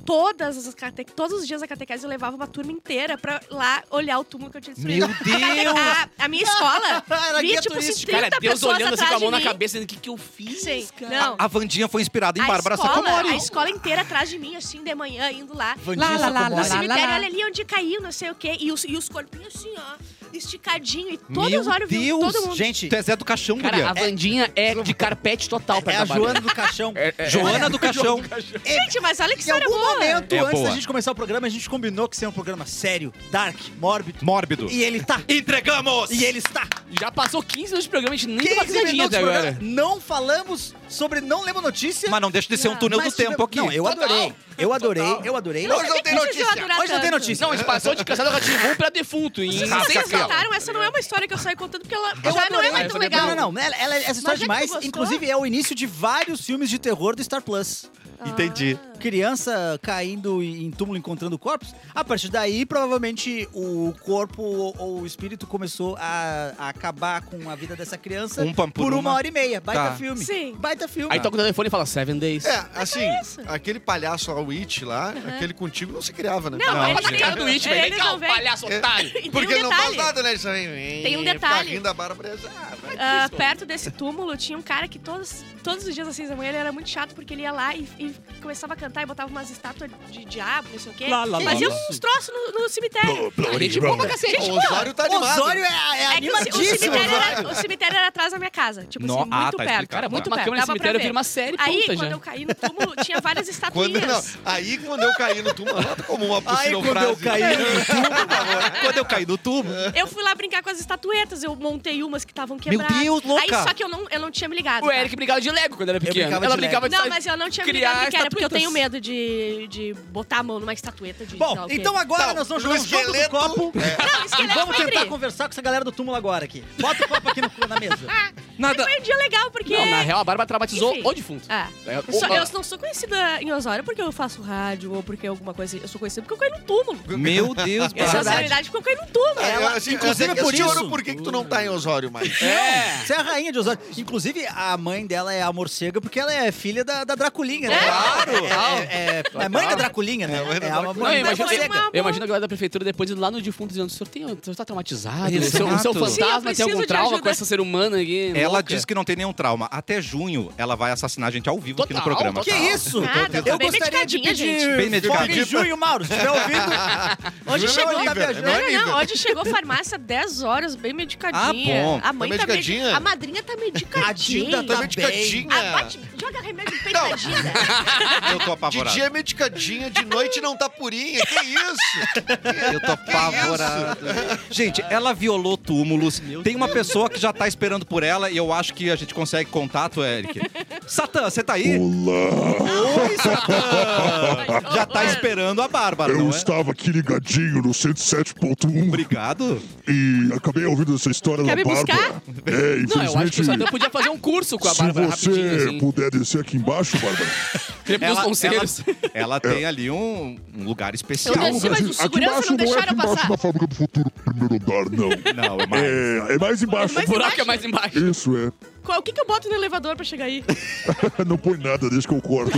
Todas as cate... Todos os dias a catequese eu levava uma turma inteira pra lá olhar o túmulo que eu tinha destruído.
Meu
A cate-
Deus!
A, a minha escola
Era
vi,
guia
tipo, assim,
turística.
30
Cara, Deus
pessoas
olhando assim
atrás
com a mão
de
na
mim.
cabeça, dizendo o que, que eu fiz,
Sim,
cara?
não.
A Vandinha foi inspirada em
a,
Bárbara
escola,
Sacomori.
a escola inteira atrás de mim, assim, de manhã, indo lá.
Vandinha
lá, lá, lá,
Sacomori.
no cemitério, olha ali onde caiu, não sei o quê. E os, e os corpinhos assim, ó, esticadinho. E todos
Meu
olham, viu?
Deus!
Todo mundo.
Gente,
Tu é Zé do Caixão,
Cara,
Guria.
a Vandinha é de carpete total pra
é a
acabar.
Joana do Caixão.
Joana do Caixão.
Gente, mas olha que
Em
história
algum
boa.
momento,
É
antes
boa.
da gente começar o programa, a gente combinou que seria um programa sério, dark, mórbido.
Mórbido.
E ele tá.
Entregamos!
E ele está.
Já passou 15 minutos de programa, a gente nem deu uma
15
risadinha
minutos de
até agora.
programa. Não falamos sobre Não Lembro Notícia.
Mas não deixa de ser um
Não,
túnel do
mas
tempo
tive-
aqui.
Não, eu
Total.
adorei. Eu adorei,
Total.
eu adorei.
Hoje não tem
Não sei se eu
notícia.
adorar
Hoje não tem
tanto.
notícia.
Não, a gente passou de cansado Ratimbu pra defunto. Em...
Vocês
Raquel.
notaram? Essa não é uma história que eu saí contando porque ela
Eu
já não é
adorei.
mais tão
Essa
legal.
né? Não, não, não. Ela- ela- essa história é
Mas já que tu
demais.
gostou?
Inclusive, é o início de vários filmes de terror do Star Plus.
Entendi.
Criança caindo em túmulo encontrando corpos. A partir daí, provavelmente, o corpo ou- ou o espírito começou a, a acabar com a vida dessa criança
Um pam por
por uma,
uma.
hora e meia. Baita
Tá.
filme.
Sim.
Baita filme.
Aí toca o telefone e fala Seven Days.
É, assim,
isso.
aquele palhaço lá, o It lá, aquele contigo não se criava, né?
Não,
Não,
ele
mas
tem-
Cara do It,
ele
velho. Vem cá,
não
ô
vem.
palhaço
É.
otário.
E tem
Porque
um
ele não faz
detalhe.
nada, né? Isso aí,
Tem um
fica
detalhe.
rindo a Bárbara Breja. Ah, vai
Ah,
né?
disso.
perto desse túmulo tinha um cara que todos, todos os dias às seis da manhã ele era muito chato porque ele ia lá e, e começava a cantar e botava umas estátuas de diabo, não sei o quê.
Lá, lá, lá,
Fazia
lá.
uns troços no, no cemitério.
A gente boa pra cacete.
O Osório tá
O
animado.
Osório é, é
É que o, o
animadíssimo.
cemitério era, o cemitério era atrás da minha casa. Tipo
No-
assim,
Ah, tá
muito perto.
explicado. Cara,
muito
uma
perto.
câmera no
dava pra
cemitério
ver.
vira uma série
Aí,
pronta
quando
já.
eu caí no túmulo, tinha várias
Quando,
estatuinhas.
não, aí quando eu caí no túmulo, anota como uma
Ai,
possível
quando
frase.
eu caí
É.
no túmulo.
Quando eu caí no túmulo,
Eu fui lá brincar com as estatuetas, eu montei umas que estavam quebradas.
Deus, louca!
Aí só que eu não, eu não tinha me ligado.
O
tá?
Eric brincava de Lego quando era pequeno.
brincava
Ela
de
brincava de
Não, mas eu não tinha me
criar
ligado que era, porque eu
estatuetas.
tenho medo de, de botar a mão numa estatueta de. sei lá
Bom,
o quê.
então agora
Tá,
nós vamos
no
jogar um jogo do
esqueleto-
copo.
Não, é
E
esqueleto
vamos
foi
tentar
tri.
conversar com essa galera do túmulo agora aqui. Bota o copo aqui no- na mesa.
nada.
Foi um dia legal, porque.
Não, na real, a Bárbara traumatizou
Enfim.
o defunto.
Ah.
É,
Eu, só-
uma-
eu não sou conhecida em Osório porque eu faço rádio ou porque alguma coisa. Eu sou conhecida porque eu caí no túmulo.
Meu Deus,
Essa é a
Bárbara.
realidade porque eu caí no túmulo.
É,
Ah, eu, assim,
inclusive
eu até
por
questiono
isso-
por que, que tu não tá em Osório mais.
É.
Você é a rainha de Osório. Inclusive, a mãe dela é a morcega porque ela é filha da, da Draculinha, né?
Claro.
É, é, é, é mãe da Draculinha, né?
É, mãe da
É a
Draculinha.
Não, eu,
mãe da
imagino,
foi
eu,
uma
morcega.
boa.
eu imagino a galera da prefeitura depois indo lá no defunto dizendo: o senhor, tem, o senhor tá traumatizado? O
Exato.
seu, o seu
Sim, eu
fantasma tem
preciso
algum
de
trauma
ajuda."
com essa ser humana aqui?
Ela
louca?"
diz que não tem nenhum trauma. Até junho, ela vai assassinar a gente ao vivo aqui no
Total,
programa. tá?
Que
total.
isso?
Nada, eu tô
eu
bem
gostaria de
medicadinha,
pedir
gente.
Bem medicada.
folga em junho, Mauro. Se tiver ouvindo,
Hoje
Júlio,
chegou-
tá
Não
Não,
é
viajando.
não,
nível.
não. Hoje chegou farmácia 10 horas, bem medicadinha.
Ah, bom.
A mãe
Tá
tá,
medicadinha?
medicadinha. A madrinha tá medicadinha.
A Dinda
Tá
tá bem.
medicadinha.
Ah, bate, joga remédio no peito
Não.
da Dinda.
Eu tô
De
apavorado.
dia é medicadinha, de noite não tá purinha. Que isso?
Eu tô apavorado. Gente, ela violou túmulos. Tem uma pessoa que já tá esperando por ela e eu acho que a gente consegue contato, Eric. Satã, você tá aí? Oi, Satã! Já tá esperando a Bárbara,
Eu
não é?
estava aqui ligadinho no 107.1
Obrigado.
e acabei ouvindo essa história
Quer
da
me
Bárbara. É,
Não, eu acho que
infelizmente.
o Satã podia fazer um curso com a
se
Bárbara rapidinho,
você
assim.
puder descer aqui embaixo, Bárbara.
Queria pedir uns conselhos.
ela tem ali um, um lugar especial.
Eu desci, mas o
aqui
segurança
embaixo
não
não é
deixaram
aqui embaixo
passar.
na fábrica do futuro, primeiro andar, não.
Não, é mais.
É, é mais embaixo.
O buraco é mais embaixo.
Isso é.
Qual- O que, que eu boto no elevador pra chegar aí?
Não põe nada desde que eu corto.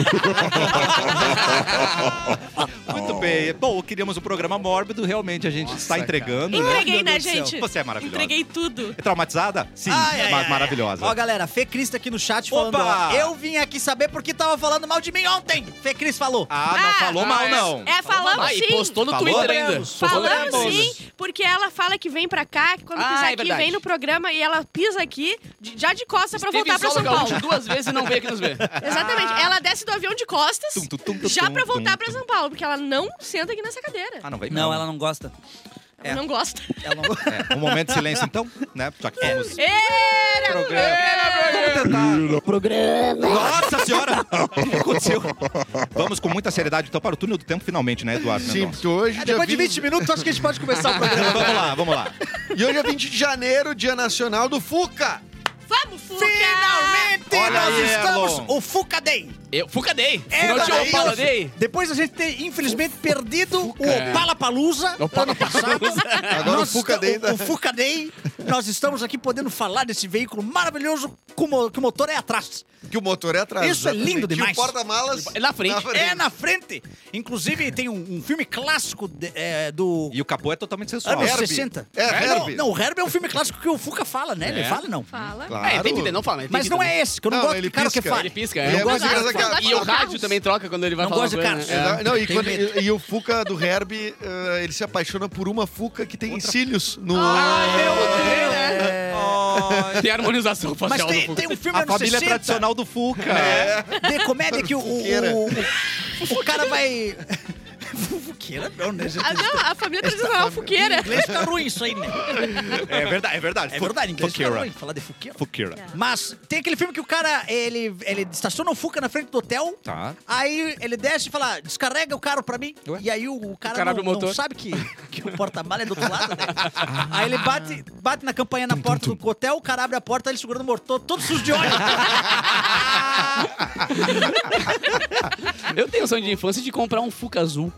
Muito bem. Bom, queríamos um programa mórbido, realmente a gente está entregando. né?
Entreguei,
Meu
né,
Deus do céu.
gente?
Você é maravilhosa.
Entreguei tudo.
É Traumatizada? Sim,
Ai, ai,
ma-
ai.
maravilhosa.
Ó, galera, Fê Cris tá aqui no chat falando,
Opa!
ó, eu vim aqui saber porque tava falando mal de mim ontem. Fê Cris falou.
Ah, não
Ah,
falou mal,
é-
não.
então
É, falamos
Ah, e
sim.
postou no
Falou?
Twitter ainda.
Falamos.
Postou no
Falamos
Twitter.
sim, porque ela fala que vem pra cá, que quando
Ah,
pisar
é
aqui,
verdade.
vem no programa e ela pisa aqui, de- já de costas pra
Teve
voltar pra
solo
São
gaúcho
Paulo.
duas vezes e não veio aqui nos ver.
Exatamente. Ela desce do avião de costas,
Tum, tum, tum, tum,
já pra
tum,
voltar
tum,
pra
tum.
São Paulo, porque ela não senta aqui nessa cadeira.
Ah, não vai
Não, ela não gosta.
Ela
é.
não gosta.
Ela não gosta.
É, um momento de silêncio, então, né? Já que fomos.
Era um
É.
Vamos tentar. Nossa senhora! O que aconteceu? Vamos com muita seriedade, então, para o túnel do tempo, finalmente, né, Eduardo?
Sim,
Mendonça?
porque hoje dia
É, Depois de 20 minutos, acho que a gente pode começar o programa.
Vamos lá, vamos lá.
E hoje é 20 de janeiro, dia nacional do Fuca.
Vamos, Fuca!
Finalmente
Olha
nós
aí,
estamos...
Elon.
O Fuca Day.
Eu, Fucadei!
É
não tinha É,
maravilhoso.
Opala Day?
Depois a gente ter, infelizmente, perdido o Opala Palusa.
Opala Palusa.
Agora o Fuca Day né?
O, o Fuca Day. Nós estamos aqui podendo falar desse veículo maravilhoso com mo- que o motor é atrás.
Que o motor é atrás.
Isso é lindo
exatamente. E
demais.
o porta-malas...
É na frente.
É na frente. Inclusive, tem um, um filme clássico de- é, do
E o capô é totalmente sensual.
anos
Herbie.
60.
É,
não,
Herbie.
não, o Herb é um filme clássico que o Fuca fala, né? Ele
É.
fala, não.
Fala.
Claro.
É, tem vida, não fala. tem
Mas
vida,
não é esse, que eu não,
Não,
gosto
ele
de cara que
pisca.
fala.
Ele pisca,
Ele
é.
é
Eu
mais
gosto de
engraçado que a-
E o rádio também troca quando ele vai
Não
falar
gosto de
alguma coisa,
carros.
né?
Exato. É, Não, e,
Tem
quando-
medo.
e o Fuca do Herbie, eh, ele se apaixona por uma Fuca que tem cílios no.
É. Tem harmonização
Mas
facial
tem,
do
tem um filme
A
anos
é
É.
família
60
tradicional do Fuca.
de comédia que o, o,
Fuqueira.
o, o- o cara vai... Fuqueira não, né? gente?
Ah, não, a família tradicional é
Em
Fuqueira.
inglês fica ruim isso aí, né?
É verdade, é verdade.
É verdade, em inglês fica
Fuqueira.
ruim É. falar de fuqueira.
Fuqueira.
Mas tem aquele filme que o cara, ele, ele estaciona o Fuca na frente do hotel.
Tá.
Aí ele desce e fala, descarrega o carro pra mim.
Ué?
E aí o, o cara,
O cara
não,
abre o motor. Ah.
não sabe que, que o porta-mala é do outro lado, né? Aí ele bate, bate na campanha na porta do hotel, o cara abre a porta, ele segurando o motor, todo sujo de óleo. um
Eu tenho sonho de infância de comprar um Fuca azul.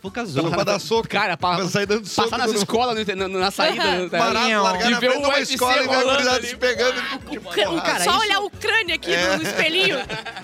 Fuca azul.
Então, pra dar soco.
Cara, pra,
Pra sair dando soco
passar nas
no-
escolas, no inter- na, na saída. tá?
Parado, largar
E
na
ver
frente de
o
uma
UFC
escola e ver a
rolando
gurizada
ali.
se pegando. de
O
porrada.
cara, Só olhar o crânio aqui no espelhinho.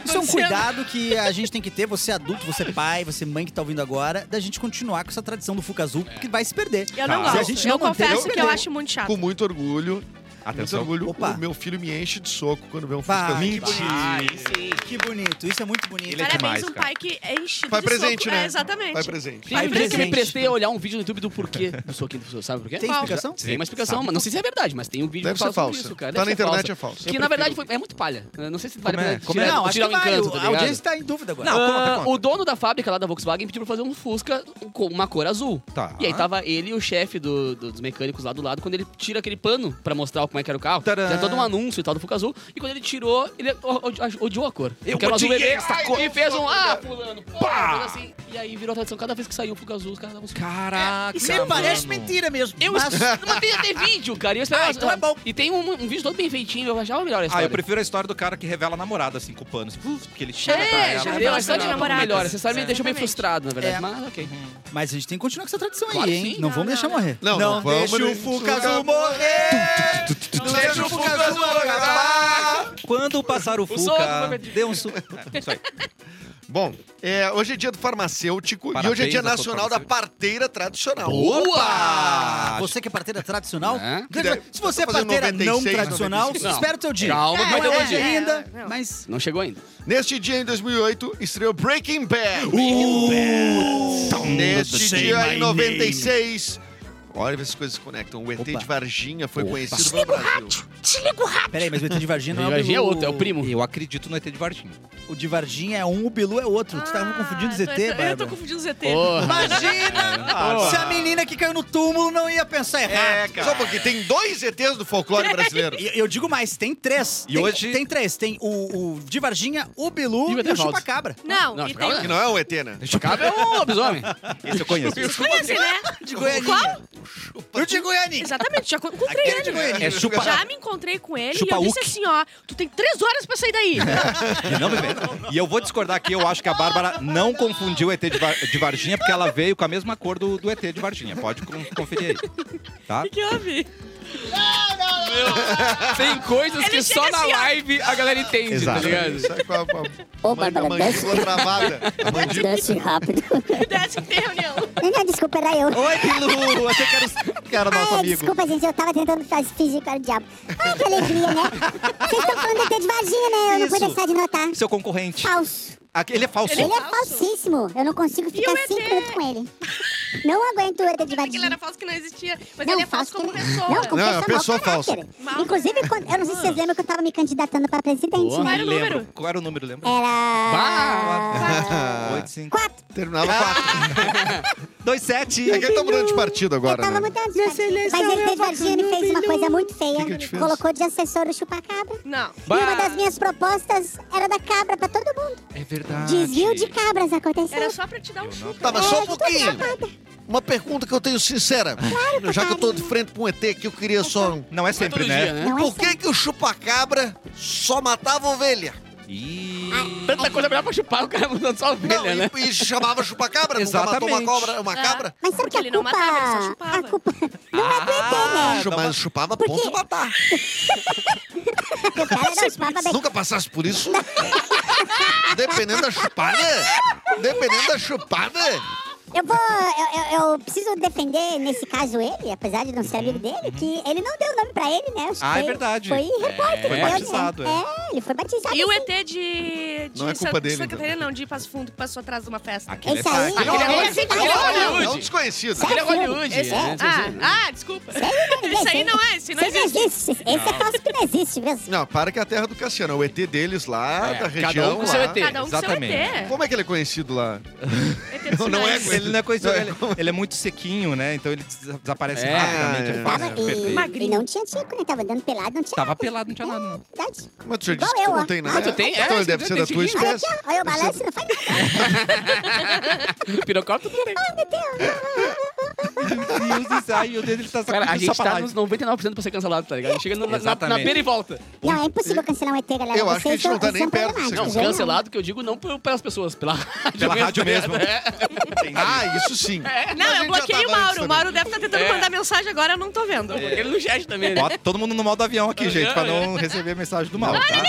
Isso é um cuidado que a gente tem que ter, você é adulto, você pai, você mãe que tá ouvindo agora, da gente continuar com essa tradição do Fuca Azul, porque vai se perder.
Eu
Tá.
não gosto.
Se a gente
eu
não manter,
confesso
eu
que eu
perder.
acho muito
Com
chato.
muito orgulho. Muito
Atenção.
orgulho.
Opa.
O meu filho me enche de soco quando vê um
Vai,
Fusca
que
20.
bonito.
Ai, sim.
Que bonito, isso é muito bonito.
Ele é
Parabéns,
demais,
um
cara.
pai que é enchido
Vai
de
presente,
soco.
né?
É, exatamente.
Vai presente.
Tem um dia que eu me
presente.
prestei a olhar um vídeo no YouTube do porquê do soquinho do Sabe por quê?
Tem
Qual?
explicação?
Tem uma explicação, mas não sei se é verdade, mas tem um vídeo
Deve
que fala
ser
sobre
falsa.
isso, cara.
Tá
Deve
na
ser
internet é falsa.
Que
Eu
na
prefiro-
verdade foi- é muito palha. Eu Não sei se vale
Como é?
pra
Como é?
tirar,
Não, acho
tirar
que
o
vai.
encanto,
o-
tá
A
ligado?
audiência tá em dúvida agora.
Não, conta,
Ah,
conta.
o dono da fábrica lá da Volkswagen pediu pra fazer um Fusca com uma cor azul.
Tá.
E aí tava ele e o chefe do- do- dos mecânicos lá do lado, quando ele tira aquele pano pra mostrar como é que era o carro,
Tadã.
tinha todo um anúncio e tal do Fusca azul, e quando ele tirou, ele o- o- odiou a cor.
Eu
Porque era um azul
odiei
bebê,
essa cor.
E fez um, ah, fulano,
Pá!
pá! Assim, e aí virou tradição, cada vez que saiu o Fusca azul, os caras davam um
Caraca.
Isso me parece mentira mesmo.
eu
mas-
não tem até vídeo, cara. E, eu esperava-
Ah, então é bom.
e tem um, um vídeo todo bem feitinho, eu achava melhor a
Ah,
história.
eu prefiro a história do cara que revela a namorada, assim, com panos. Porque ele chega pra
É,
ela.
já
já
deu a
relação
história
de
de namorado.
namoradas.
Melhor. Essa história me deixou meio
Exatamente.
frustrado, na verdade.
É.
Mas ok.
Mas a gente tem que continuar com essa tradição
Claro
aí, hein?
que sim.
Não, vamos deixar morrer.
Não, não vamos deixar o Fuca Azul
morrer!
Não deixa o Fuca azul acabar.
Quando passar o
soco
Fuca,
vai-
dê um suco. Isso aí.
Bom, é, hoje é dia do farmacêutico e
Parabéns
hoje é dia
ao
nacional da
farmacêutico.
parteira tradicional.
Opa!
Você que é parteira tradicional,
É.
grande- se você é
Tá fazendo
parteira não
96,
tradicional,
95.
espera o teu dia.
Calma,
não
vai ter
é
um dia.
ainda,
Não.
mas...
Não chegou ainda.
Neste dia, em 2008, estreou Breaking Bad. Uh! Neste dia, em 96... Olha, essas coisas se conectam. O ET
Opa.
de Varginha foi conhecido pelo Brasil.
Peraí, mas o ET de Varginha não é o
Varginha é
Bilu.
outro, é o primo.
Eu acredito no ET de Varginha.
O de Varginha é um, o Bilu é outro. tu tava confundindo o
Ah,
ZT,
tô- eu tô- Eu
Bárbara.
tô confundindo o ZT.
Porra.
Imagina
Porra.
se a menina que caiu no túmulo não ia pensar errado.
Só porque tem dois ETs do folclore brasileiro.
E Eu digo mais, tem três.
E
tem,
hoje-
tem três. Tem o, o de Varginha, o Bilu
E o
e o
Etevaldo.
Chupacabra.
Não,
Não,
e tem...
calma,
Que não é um ET, né?
Cabra é um lobisomem.
Esse eu conheço.
Conhece, né?
De Goianinha.
Qual?
E o de Goianinha.
Exatamente, já encontrei
Aquele de
ele.
Goianinha.
É chupa...
Já me encontrei com ele e eu
Chupa-uque.
disse assim, ó, tu tem três horas pra sair daí.
Não, bebê. E eu vou discordar aqui, eu acho que a Bárbara não confundiu o ET de, Var- de Varginha, porque ela veio com a mesma cor do, do ET de Varginha. Pode con- conferir aí. Tá?
O que houve?
Tem coisas
Ele
que
chega
só na
assim, ó.
live a galera entende, tá ligado?
Isso é com a, com a,
Ô,
man- a
Bárbara, desce,
mandíbula travada. A mandíbula.
desce rápido.
Desce que tem reunião.
Não, desculpa, era eu.
Oi, Bilu! Achei que era os- que era nosso
Ah, é,
amigo.
desculpa, gente, eu tava tentando faz- fingir que era o diabo. Ah, que alegria, né? Vocês estão falando até de vagina, né? Eu não vou
Isso.
deixar de notar.
Seu concorrente.
Falso.
Aqui- Ele é falso.
Ah. Ele é falsíssimo. Eu não consigo ficar
o ET?
cinco minutos com ele. Não aguento o ET de
que ele
vagina.
era falso que não existia, mas
Não,
ele é falso como
que ele-
pessoa. Ah.
Não, como
Não, é uma
pessoa,
pessoa
mau caráter.
falsa.
Inclusive, quando- eu não sei se vocês lembram que eu tava me candidatando pra presidente. né?
Boa.
Qual era o
Lembro.
número?
Qual era o número, lembra?
Era...
8, 5,
Quatro.
Terminava quatro.
2, 7.
É que ele tá mudando de partido
Ah, Eu
agora,
tava
né?
mudando de partido. Mas ele de vagina e fez uma coisa muito feia.
Que que ele fez?
Colocou de assessor o chupacabra.
Não.
E uma das minhas propostas era da cabra pra todo mundo.
É verdade.
Desvio de cabras aconteceu.
Era só pra te dar um chute.
Tava
É,
só
eu
um
tô
pouquinho.
gravada.
Uma pergunta que eu tenho sincera. já que eu tô de frente pra um ET aqui, eu queria só. um
Não é sempre,
todo
né?
dia, né?
Não é
Por que, que o chupacabra só matava ovelha?
Ih.
Tanta coisa é melhor pra chupar, o cara mandando só ovelha,
Não, e-
né?
e, chamava chupacabra? Nunca matou uma
Exatamente.
cobra, uma
Ah.
cabra?
Mas sabe
Porque
que a
ele não
culpa...
matava, ele só chupava.
a culpa...
Ah,
Chu- Mas Então chupava
Por
ponto
quê?
de matar.
O cara
é
não chupava bem.
Nunca passasse por isso? Dependendo da chupada? Dependendo da chupada?
Eu vou... Eu, eu- eu preciso defender, nesse caso, ele, apesar de não ser amigo dele, que ele não deu nome pra ele, né? Acho
Ah, é
que
verdade.
Foi repórter.
foi
deu, né?
batizado, é.
É, ele foi batizado.
E o
assim.
ET de, de
Não é
Sa-
culpa
de
dele,
Santa
então.
Catarina, não, de Passo Fundo, que passou atrás de uma festa.
Aquele é
Esse aí-
fraco.
Aquele é
Ah,
Hollywood,
esse
aquele é
cara-
Não,
Hollywood.
não desconhecido.
Ele é
filme.
Hollywood.
Esse é-
né?
Ah, ah, desculpa.
um
Isso aí não é, esse não
Esse
existe.
Esse é falso que não existe mesmo.
Não, para que é a terra do Cassiano. É o ET deles lá,
É,
da
cada um
região.
com seu
lá.
ET.
Cada um com seu
Exatamente.
ET.
Como é que ele é conhecido lá?
ET
Não, não é
tsunami.
com
Ele não é coisa. Ele, ele é muito sequinho, né? Então ele des- desaparece
É,
rapidamente.
é.
É
Tava,
fácil de
e,
perder.
e não tinha tico, né? Tava andando pelado, não tinha
Tava
nada.
pelado, não tinha nada. não.
É verdade.
Mas tu já
Igual
disse que tu
eu,
não
ó.
tem
Ah,
nada.
tu tem? É,
Então ele deve
tu
ser
tem
da tua
chiquinho.
Olha
espécie.
aqui, ó. Olha o balanço, não faz nada.
Pirocóptero também.
Meu Deus do céu, ai, meu Deus, ele tá
Cara, a
sacudindo
gente
só pra
tá
lá.
nos 99% pra ser cancelado, tá ligado? Chega na, na- na,
Exatamente.
beira e volta.
Não, é impossível cancelar um ET, galera.
Eu acho que a gente
são-
não tá
vocês
nem
são
perto de ser
problemáticos,
Não,
Sim.
viu?
cancelado que eu digo não por- pelas pessoas, pela rádio tá
Pela rádio mesmo. É.
Ah, isso sim. Mas a
Não,
gente
eu
já
bloqueei o
tava antes
Mauro. O
também. É.
Mauro deve estar tentando
É.
mandar mensagem agora, eu não tô vendo.
Porque ele não chat também, né?
Bota todo mundo no modo avião aqui, gente, pra não receber a mensagem do Mauro, tá?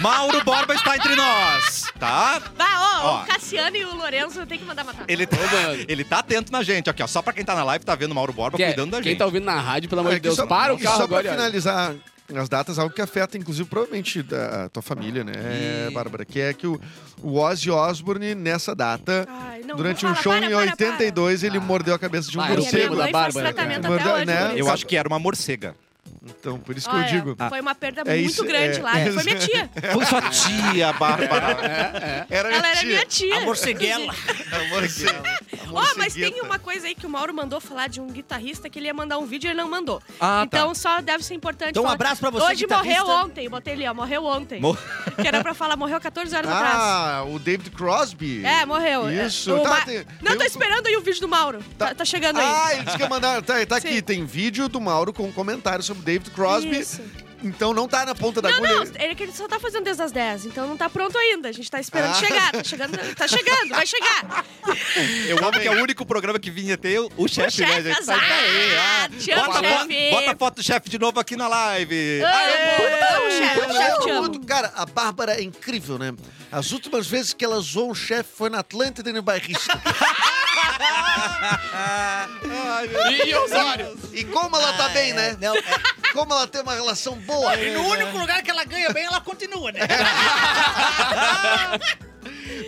Mauro Borba está entre nós, tá?
Bah, ó,
Ó.
o Cassiano e o Lourenço eu tenho que mandar matar.
Ele tá,
Ô, mano.
ele tá atento na gente, aqui, ó. Só pra quem tá na live tá vendo o Mauro Borba
Que é,
cuidando da
Quem
gente.
tá ouvindo na rádio, pelo amor
Ah,
de
e
Deus,
só-
para o
e
carro
só
agora. e
pra
olha.
finalizar as datas, algo que afeta, inclusive, provavelmente da- a tua família, né, Bárbara? Que é que o, o Ozzy Osbourne, nessa data,
Ai, não,
durante
não
um
fala,
show
para,
em
para,
82, ele
Ah.
mordeu a cabeça de um
Vai,
Ai, a minha
morcego.
da
mãe faz
Bárbara,
tratamento
cara.
até hoje.
Né?
por
Eu
isso.
acho que era uma morcega.
Então, por isso que eu
Olha,
digo.
Foi uma perda
É
muito
isso,
grande
é.
lá. Foi minha tia.
Foi sua tia, Bárbara.
Era
Ela
minha
era minha
É tia.
tia.
A morceguela.
A morcega. A
Ó, mas tem
morcegueta.
uma coisa aí que o Mauro mandou falar de um guitarrista que ele ia mandar um vídeo e ele não mandou.
Ah, tá.
então só deve ser importante.
Então, um
falar.
abraço pra você,
Hoje
guitarrista.
morreu ontem, botei ali, ó, morreu ontem.
Mo-
que era pra falar, morreu 14 horas atrás.
Ah, o David Crosby.
É, morreu.
Isso.
É, o
Tá,
Ma-
tem-
Não,
tem
tô
um-
esperando aí o vídeo do Mauro. Tá, tá chegando
Ah,
aí.
ele disse que ia mandar. Tá, tá aqui,
Sim.
tem vídeo do Mauro com um comentário sobre o David Crosby.
Isso.
Então não tá na ponta da
Não,
agulha.
não, ele, que ele só tá fazendo desde as 10, então não tá pronto ainda. A gente tá esperando
Ah.
chegar. Tá chegando, tá chegando, vai chegar.
Eu amo que é o único programa que vinha ter o, o chefe, né,
chefe,
gente?
azar.
Sai daí, ah.
Te amo,
bota, a
chefe.
fo- bota a foto do chefe de novo aqui na live.
Amo, chefe,
Eu
chefe, te
amo
amo.
muito. Cara, a Bárbara é incrível, né? As últimas vezes que ela zoou um chefe foi na Atlântida e no Bairrista.
Ah.
Ai, meu
E, e Osório?
E como ela tá bem, né?
Não, é-
Como ela tem uma relação boa.
E no único lugar que ela ganha bem, ela continua, né?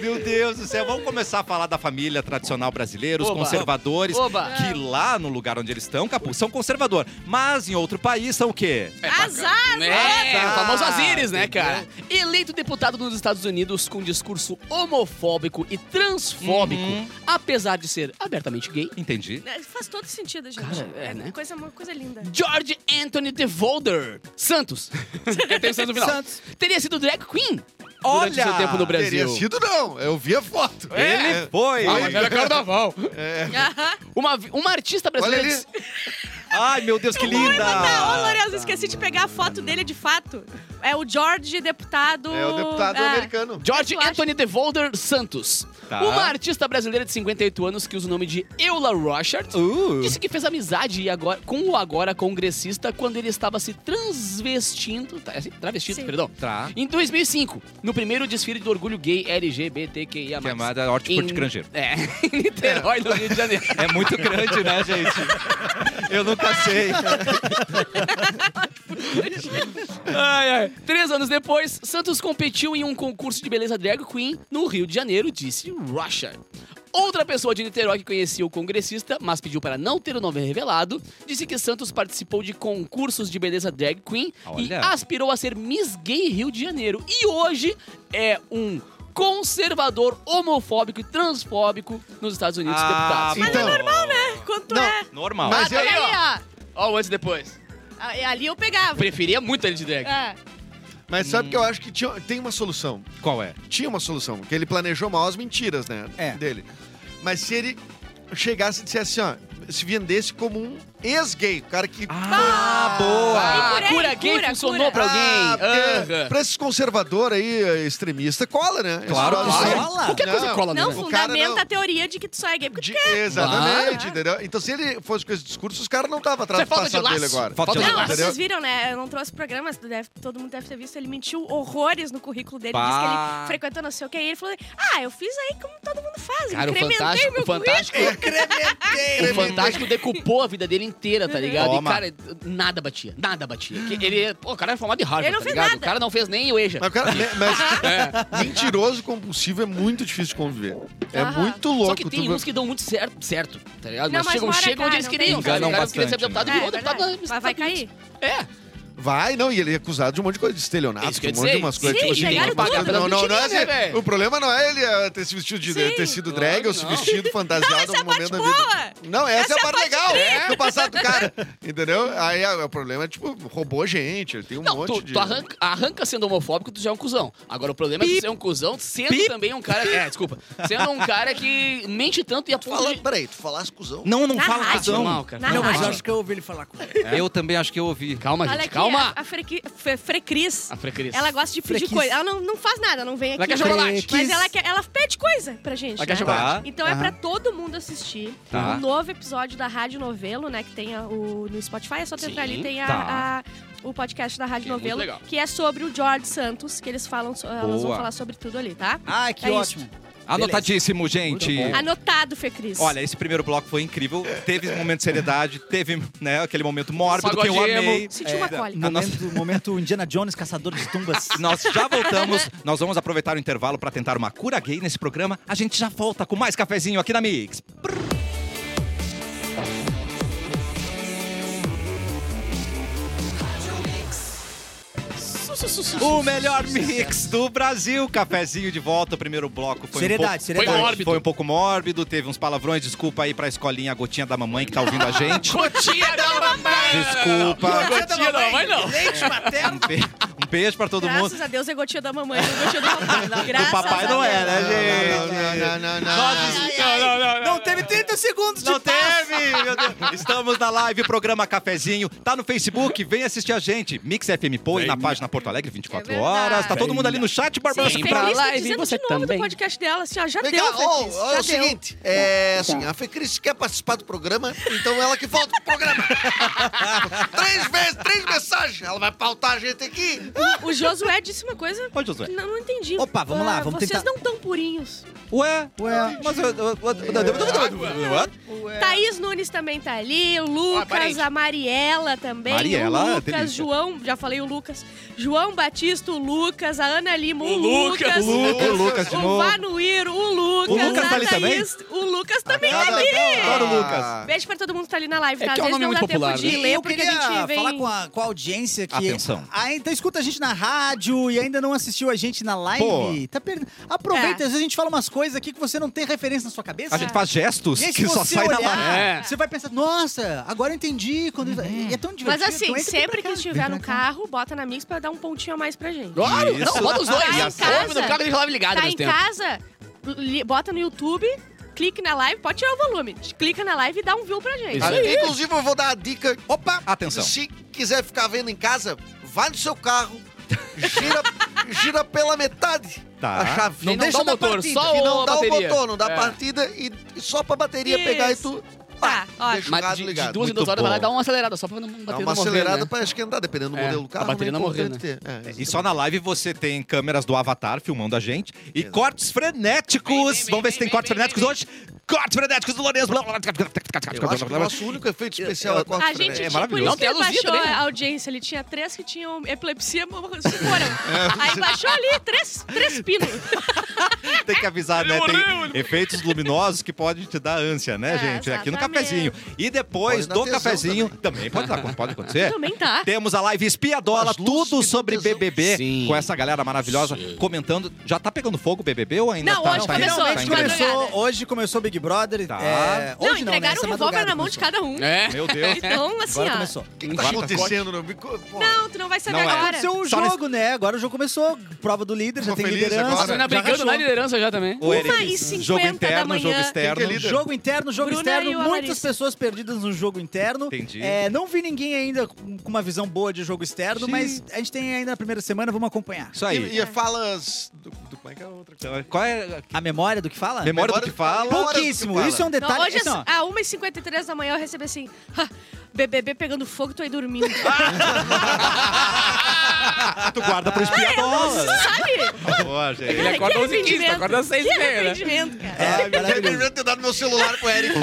Meu Deus do céu, vamos começar a falar da família tradicional brasileira, os
Oba.
conservadores,
Oba.
que lá no lugar onde eles estão, Capu, são conservador, mas em outro país são o quê?
Azar,
É,
Azar.
o famoso Aziris, né, cara? Eleito deputado dos Estados Unidos com discurso homofóbico e transfóbico,
Uhum.
apesar de ser abertamente gay,
Entendi.
É, Faz todo sentido, gente.
Cara, é,
é,
né?
coisa, uma coisa linda.
George Anthony DeVolder Santos, que tem o Santos no final,
Santos.
teria sido drag queen durante
Olha!
seu tempo no Brasil.
Teria sido, não. Eu vi a foto.
Ele foi!
Ah, mas era carnaval.
É. Ah.
Aham.
Uma, vi- uma artista
Olha
brasileira...
ali.
de-
Ai, meu Deus, que
Tá, ô
linda!
Lourenço, esqueci de pegar a foto dele de fato. É o George, deputado.
É o deputado
Ah,
americano.
George
Eu acho-
Anthony DeVolder Santos.
Tá.
Uma artista brasileira de 58 anos que usa o nome de Eula Rochard.
Uh.
Disse que fez amizade e agora- com o agora congressista quando ele estava se transvestindo. tá, é assim? Travestido,
Sim.
perdão.
Tá.
Em 2005, no primeiro desfile do orgulho gay LGBTQIA.
Chamada Hortifruti Grangeiro.
É, em Niterói, no Rio de Janeiro.
É muito grande, né, gente? Eu nunca sei.
Ai, ai. Três anos depois, Santos competiu em um concurso de beleza drag queen no Rio de Janeiro, disse Russia. Outra pessoa de Niterói que conhecia o congressista, mas pediu para não ter o nome revelado, disse que Santos participou de concursos de beleza drag queen e
Olha.
aspirou a ser Miss Gay Rio de Janeiro. E hoje é um conservador homofóbico e transfóbico nos Estados Unidos,
Ah,
deputado.
Mas
Então-
é normal, né? Quanto
Não.
é.
Normal.
Mas
ah,
aí,
tá ali,
Ó, o antes e depois.
ó. Ah, Ali eu pegava.
Preferia muito ele de drag.
É.
Mas sabe que eu acho que tinha- tem uma solução.
Qual é?
Tinha uma solução. Que ele planejou mal as mentiras, né?
É.
Dele. Mas se ele chegasse e dissesse assim, ó, se vendesse como um ex-gay, o cara que.
Ah, boa!
Ah,
E por aí,
cura gay
cura,
funcionou
cura.
pra alguém.
porque
Aham.
tá Pra esses conservadores aí, eh, extremista, cola, né? Eles
Claro,
colam isso aí.
claro.
Qualquer coisa cola, né?
Não,
Ah, O cara
fundamenta
não-
a teoria de que tu só é gay porque
De- exatamente,
Claro.
entendeu? Então, se ele fosse com esse discurso, os caras não estavam atrás
Isso é
do
falta de
passado dele
laço.
agora.
Falta de
Não,
Claro.
vocês viram, né? Eu não trouxe programas, deve- todo mundo deve ter visto. Ele mentiu horrores no currículo dele.
Pá.
Disse que ele frequentou não sei o quê. E ele falou: Ah, eu fiz aí como todo mundo faz.
Cara, o
incrementei
Fantástico, o
meu
Fantástico,
Crementei,
o Fantástico decupou a vida dele inteira, tá ligado?
Toma.
E, cara, nada batia, nada batia. Que Ele, pô, o cara é formado em Harvard,
Eu não
tá
fiz
ligado? O
nada.
cara não fez nem o EJA.
Mas, o cara, me-
É.
mas mentiroso compulsivo é muito difícil de conviver. É
Aham.
muito louco.
Só que tem
tu-
uns que dão muito certo, certo tá ligado?
Não,
mas,
mas
chegam,
mora
chegam
cá,
onde eles
não
queriam.
tem
Cara,
jeito.
o cara queria ser
Enganam
deputado
bastante,
currículo.
e
É,
virou deputado
verdade.
da-
Mas vai cair.
É.
Vai, não, e ele é acusado de um monte de coisa, de estelionato,
Isso que eu
de um
ia
monte
dizer.
de umas coisas.
Sim,
tipo, assim,
pegaram
não,
tudo.
não, não, não
Mentira,
é
né, velho?
assim, O problema não é ele eh, ter se vestido de
Sim.
ter sido
Claro
drag ou
que
se
não.
vestido fantasiado em
Essa é a
algum
parte
momento da
boa!
vida. Não, essa, é a parte legal
triste.
do passado do cara. Entendeu? Aí ah, o problema é, tipo, roubou gente, ele tem um
Não,
monte
tu,
de.
tu arranca, arranca sendo homofóbico, tu já é um cuzão. Agora, o problema é que tu é um cuzão sendo também um cara... É, desculpa. Sendo um cara que mente tanto e aponta...
Fala,
de-
peraí, tu falasse cuzão.
Não, não
Na
fala
rádio.
razão.
Mal, cara.
Na
Não, mas eu
rádio.
acho que eu ouvi ele falar com ele.
Eu também acho que eu ouvi.
Calma,
Olha
gente,
aqui,
calma.
a, a frequi, fe, Frecris.
A Frecris.
Ela gosta de pedir
Frequis.
coisa. Ela não, não faz nada, não vem aqui.
Ela quer chocolate.
Mas ela, quer- ela pede coisa pra gente.
Ela quer
né?
chocolate.
Então é pra todo mundo assistir.
Tá.
Um novo episódio da Rádio Novelo, né? Que tem a- o, no Spotify. É só tentar
Sim,
ali, tem a-
tá.
a- o podcast da Rádio
Que é muito
Novelo,
legal.
que é sobre o George Santos, que eles falam, so- elas vão
Boa.
falar sobre tudo ali, tá?
Ah,
Ai, que
É isso.
ótimo.
Anotadíssimo, gente.
é.
Anotado, Fecris.
Olha, esse primeiro bloco foi incrível. Teve um momento de seriedade, teve né, aquele momento mórbido que eu
Pagodinho.
amei. É.
Senti uma cólica.
na nossa-
Momento, momento Indiana Jones, caçador de tumbas.
Nós já voltamos. Nós vamos aproveitar o intervalo para tentar uma cura gay nesse programa. A gente já volta com mais cafezinho aqui na Mix. O melhor mix do Brasil. Cafezinho de volta. O primeiro bloco foi um pouco...
seriedade, seriedade.
Foi
Foi, foi um pouco mórbido, teve uns palavrões. Desculpa aí pra escolinha a gotinha da mamãe que tá ouvindo a gente.
Cotinha da mamãe!
Desculpa.
Cotinha não, vai não.
Um, be- um beijo pra todo mundo.
Graças a Deus é gotinha da mamãe, não gotinha do papai. Não, graças
Do Papai
a
não
Deus.
é, né, gente?
Não, não, não, não, não.
Não, não, não.
Não teve 30 segundos de
Não teve! Meu Deus. Estamos na live, programa Cafezinho. Tá no Facebook, vem assistir a gente. Mix FM Poa e na página Porto Alegre, 24
É verdade.
horas. Tá todo mundo ali no chat, Bárbara
Vem
Sim,
Sacra-
pra
Feliz tá
live,
dizendo
você
de novo
também.
do podcast dela, assim, ó, já
Vem
deu,
cá, ó,
Fecris,
ó,
já
é o
deu.
seguinte, é assim, a Fecris quer participar do programa, então ela que volta pro programa. três vezes, três mensagens, ela vai pautar a gente aqui.
O Josué disse uma coisa
Oi, Josué.
que não, não entendi.
Opa, vamos lá,
Ah,
vamos
Vocês
tentar.
não tão purinhos.
Ué?
Ué.
Mas eu. eu- eu- What?
Thaís Nunes também tá ali,
Ah,
o Lucas,
parente.
a Mariela também.
Mariela, ah,
o
delícia.
Lucas, João, já falei o Lucas. João Batista, o Lucas, a Ana Lima, o,
O Lucas,
Lucas.
O Lucas, o Lucas de
O
novo.
Vanuir, o Lucas,
O Lucas
a
tá ali
Thaís, o Lucas também tá ali.
Adoro o Lucas.
Beijo pra todo mundo que tá ali na live,
É
tá?
que é um
Às vezes
nome
não dá
muito popular,
tempo de
né?
ler,
eu
porque
queria
a gente vem...
falar com a, com a audiência que...
Atenção.
Ah, então escuta a gente na rádio e ainda não assistiu a gente na live. Tá perdendo. Aproveita,
É.
às vezes a gente fala umas coisas aqui que você não tem referência na sua cabeça.
A gente faz gestos
E aí, se
que só
você
sai da
olhar,
live.
É.
Você vai pensar, nossa, agora eu entendi. Quando... E É tão divertido.
Mas
então
assim,
entra aqui pra
sempre que
cá,
estiver
vem
no
pra cá.
carro, bota na Mix pra dar um pontinho a mais pra gente.
Claro,
Isso.
não, bota os dois.
Tá em
Ouve no
casa.
carro e deixa a live ligada
Tá
mais
em
tempo.
casa, li- bota no YouTube, clique na live, pode tirar o volume. Clica na live e dá um view pra gente.
Isso aí.
Inclusive, eu vou dar a dica. Opa!
Atenção.
Se quiser ficar vendo em casa, vai no seu carro, gira, gira pela metade
Tá.
a chave.
Não
Que
deixa
dá
o motor,
partida,
só
que não
a
dá
bateria.
o motor, não dá
É.
partida e e só pra bateria pegar e tu.
Isso. Tá,
pá,
ótimo.
deixa o
Mas
rádio
de, de
ligado.
duas em
Muito
duas horas vai lá
bom.
dar uma acelerada, só pra não
Dá
bater
uma
não morrer,
acelerada
né?
pra esquentar, dependendo do
É,
modelo do
a
carro.
bateria
né, é
não morrer,
importante ter. É,
E só na live você tem câmeras do Avatar filmando a gente e cortes frenéticos.
Vem, vem,
Vamos ver se tem
vem,
cortes
vem,
frenéticos
vem,
hoje. Cortes frenéticos do Lourenço.
Eu acho que o nosso único efeito especial é a corte
A gente,
frenética.
É
é
maravilhoso.
por
Não,
isso que
tem a
ele
Luzia
baixou
também, né?
a audiência. Ele tinha três que tinham epilepsia, mas se foram. Aí baixou ali três, três pinos.
Tem que avisar, né?
morreu,
Tem efeitos luminosos que podem te dar ânsia, né,
É,
gente? Aqui no
exatamente.
cafezinho. E depois
Pode dar
do
tesão
cafezinho também, pode dar, pode acontecer.
Também tá.
Temos a live espiadola,
As luzes
tudo
que dão
sobre
tesão.
BBB,
Sim.
com essa galera maravilhosa comentando. Já tá pegando fogo o BBB ou ainda
Não,
tá?
hoje
tá
começou,
ainda-
hoje
ainda-
começou.
Começou, hoje começou o Big Big Brother.
Tá.
é,
Não,
hoje não, né?
entregaram
Essa
um revólver
madrugada
na mão de
começou.
cada um.
É.
Meu Deus.
Então, assim,
Agora
ó.
começou.
O que, que tá
Bata
acontecendo no bico? Pô,
Não, tu não vai saber
Não é.
agora.
Aconteceu o
Só nesse-
jogo, né? Agora o jogo começou. Prova do líder, já
Ficou
tem
feliz
liderança.
agora?
Tá brigando
rachou.
na liderança já também.
Ô,
Uma
Eric,
e cinquenta
jogo
da
interno,
manhã.
jogo
Quem que é
externo.
líder?
Jogo interno, jogo
Bruna e o
externo, muitas
Larissa.
pessoas perdidas no jogo interno.
Entendi.
É, não vi ninguém ainda com com uma visão boa de jogo externo,
Sim.
mas a gente tem ainda na primeira semana, vamos acompanhar.
Isso
E,
aí.
e falas. Do, do, como é que é a outra? coisa?
Qual é
A memória do que fala?
Memória do que fala.
Pouquíssimo. Isso é um
Não,
detalhe.
hoje,
assim, ó,
às 1h53 da manhã, eu recebi assim: "Ha, BBB pegando fogo, tô aí dormindo.
Ah, tu guarda pro espiador.
Sabe?
Boa, gente.
Ele acorda
Que
11 h 15,
arrependimento.
acorda às 6
Que
h 30
arrependimento, cara.
é, maravilhoso.
Eu ter dado meu celular pro Eric.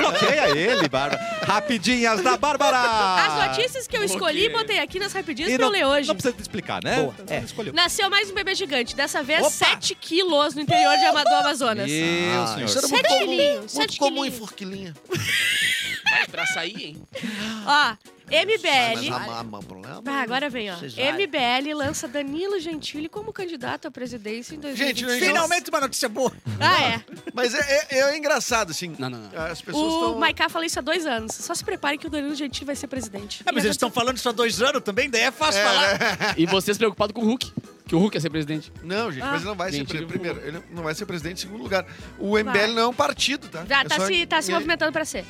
Bloqueia ele, Bárbara. Rapidinhas da Bárbara.
As notícias que eu escolhi, botei aqui nas rapidinhas
E
pra
não,
eu ler hoje.
não precisa te explicar, né?
Boa, é.
Escolheu.
Nasceu mais um bebê gigante, dessa vez
Opa!
7 quilos no interior de Ama- do Amazonas.
Meu
Ah,
senhor.
isso era muito
Sete
comum.
quilinhos,
Muito
sete
comum em
quilinhos.
Forquilinha.
Pra sair, hein?
Ó,
Mas
MBL.
a mama, o problema. é
Ah, agora vem, ó.
Vocês vai.
MBL lança Danilo Gentili como candidato à presidência em 2020.
Gente, não é enjoa.
Finalmente uma notícia boa.
Ah, é.
Mas é, é, é engraçado, assim.
Não, não, não.
As pessoas
O
estão.
Maiká falou isso há dois anos. Só se preparem que o Danilo Gentili vai ser presidente.
É,
Ah, mas eles estão falando isso há dois anos também, daí é fácil falar.
E vocês preocupados com o Hulk. Que o Hulk ia ser presidente.
Não, gente,
Ah.
mas ele não vai
Gente,
ser presidente.
ele-
Primeiro, ele não vai ser presidente em segundo lugar. O MBL
Vai.
não é um partido, tá?
Já,
É
tá,
só-
se, tá se
e-
movimentando pra ser.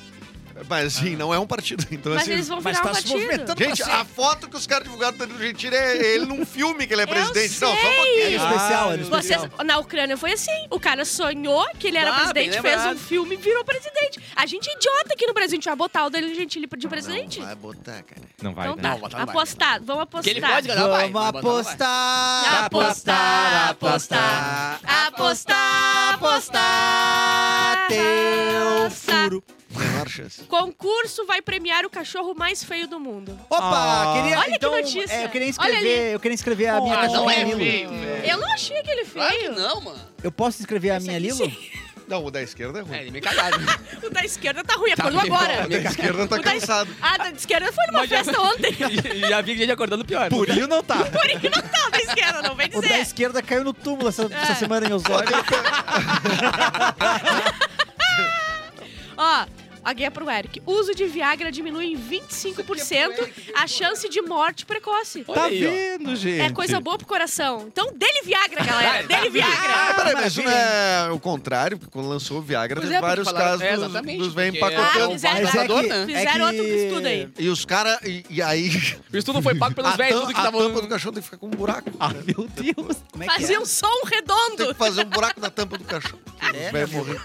Mas sim, não é um partido.
Mas
Então, assim,
eles vão
mas
virar um
tá se
partido.
movimentando.
Gente, a foto que os caras divulgaram do Danilo Gentili é ele num filme que ele é
Eu
presidente. Não, só um
sei.
Era
pouquinho.
especial, era
Vocês,
especial.
na Ucrânia foi assim. O cara sonhou que ele era
Ah, bem
presidente, fez um
lembrado.
filme e virou presidente. A gente é idiota aqui no Brasil. A gente vai botar o Danilo Gentili de presidente?
Não vai botar, cara.
Não vai,
Então
né?
tá.
Não, botar não vai.
Apostado. Vamos apostar.
Que ele pode ganhar, vai.
Vamos apostar.
Apostar, apostar, apostar, apostar.
Teu furo.
Menor chance.
Concurso vai premiar o cachorro mais feio do mundo.
Opa,
Ah.
queria.
Olha que
então,
notícia.
é, eu queria
Olha
inscrever, eu queria inscrever a minha
Ah,
cachorrinha
não é
Lilo.
feio, velho.
Eu não achei aquele
Claro que
feio.
não, mano.
Eu posso inscrever a minha
aqui
Lilo?
Não, o da esquerda é
É,
ruim.
ele é meio cagado.
O da esquerda tá ruim,
Tá
acordou
meio-
agora.
O da esquerda tá
O da es-
cansado.
Ah, da esquerda foi numa
Mas já- tá
festa ontem.
E já vi que gente acordando pior.
Purinho não tá.
Por isso que não tá o da esquerda, não vem
O da
dizer.
esquerda caiu no túmulo essa, essa semana em Osório.
Ó, a guia pro Eric. Uso de Viagra diminui em
é
25% a chance de morte precoce.
Olha
Tá
aí, ó.
vendo, gente?
É coisa boa pro coração. Então, dele Viagra, galera. Dele
Ah,
Viagra.
peraí, mas não é o contrário, porque quando lançou o Viagra,
Pois
teve
é, porque
vários
falaram-
casos
é,
dos,
exatamente,
dos vem
porque-
Ah,
empacotando.
fizeram,
Mas é
outro-
que- é
fizeram
que-
outro estudo aí.
E os caras. E, e aí.
O estudo foi pago pelos
A,
velhos,
tam-
tudo que
a
tava.
tampa do cachorro tem que ficar com um buraco.
Ah, meu Deus.
Como é que
Fazia
é?
um som
Tem que
redondo.
fazer um buraco na tampa do cachorro. É, vai morrer.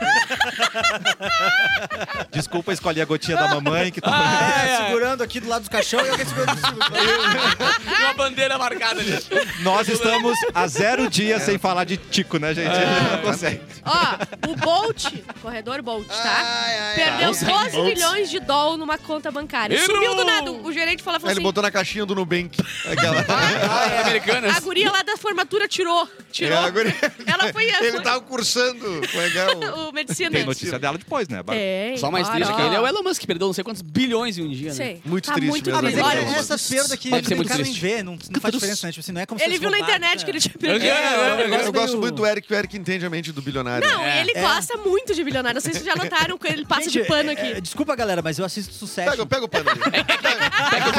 Desculpa escolher a gotinha da mamãe que tá...
É,
Ah, é,
segurando aqui do lado do caixão e alguém segurando do
é. Tem uma bandeira marcada ali.
Nós estamos há zero dias sem falar de Tico, né,
É.
gente? Não consegue.
Ó, o Bolt, corredor Bolt, tá? Perdeu 12 milhões de dólar numa conta bancária.
Errou!
Sumiu do nada. O gerente falou, falou
Aí ele
assim,
botou na caixinha do Nubank. Aquela.
Ah, é. Americanas.
a guria lá da formatura tirou. Tirou.
É, agora-
Ela foi...
Ele tá tava cursando. Como é que é o-
O medicina.
Tem notícia dela depois, né? Bárbara?
Tem,
Só mais
bora.
triste que ele é o Elon Musk, que perdeu não sei quantos bilhões em um dia, né?
Sei.
Muito
tá
triste
muito
mesmo.
Mas é
triste.
que
Olha,
essas perdas que
Deve ser
o
muito
cara nem
triste.
vê, não, não faz diferença, né? Tipo assim, não é como se
Ele
fosse
viu na
roubado,
internet
né?
que ele tinha
Eu,
perdido.
Eu,
negócio
gosto
meio-
muito do Eric, o Eric entende a mente do bilionário.
Não,
É.
ele
É.
gosta muito de bilionário. Não sei se vocês já notaram que ele passa de
Gente,
pano
é,
aqui.
é, desculpa, galera, mas eu assisto sucesso.
Pega, pega o pano ali.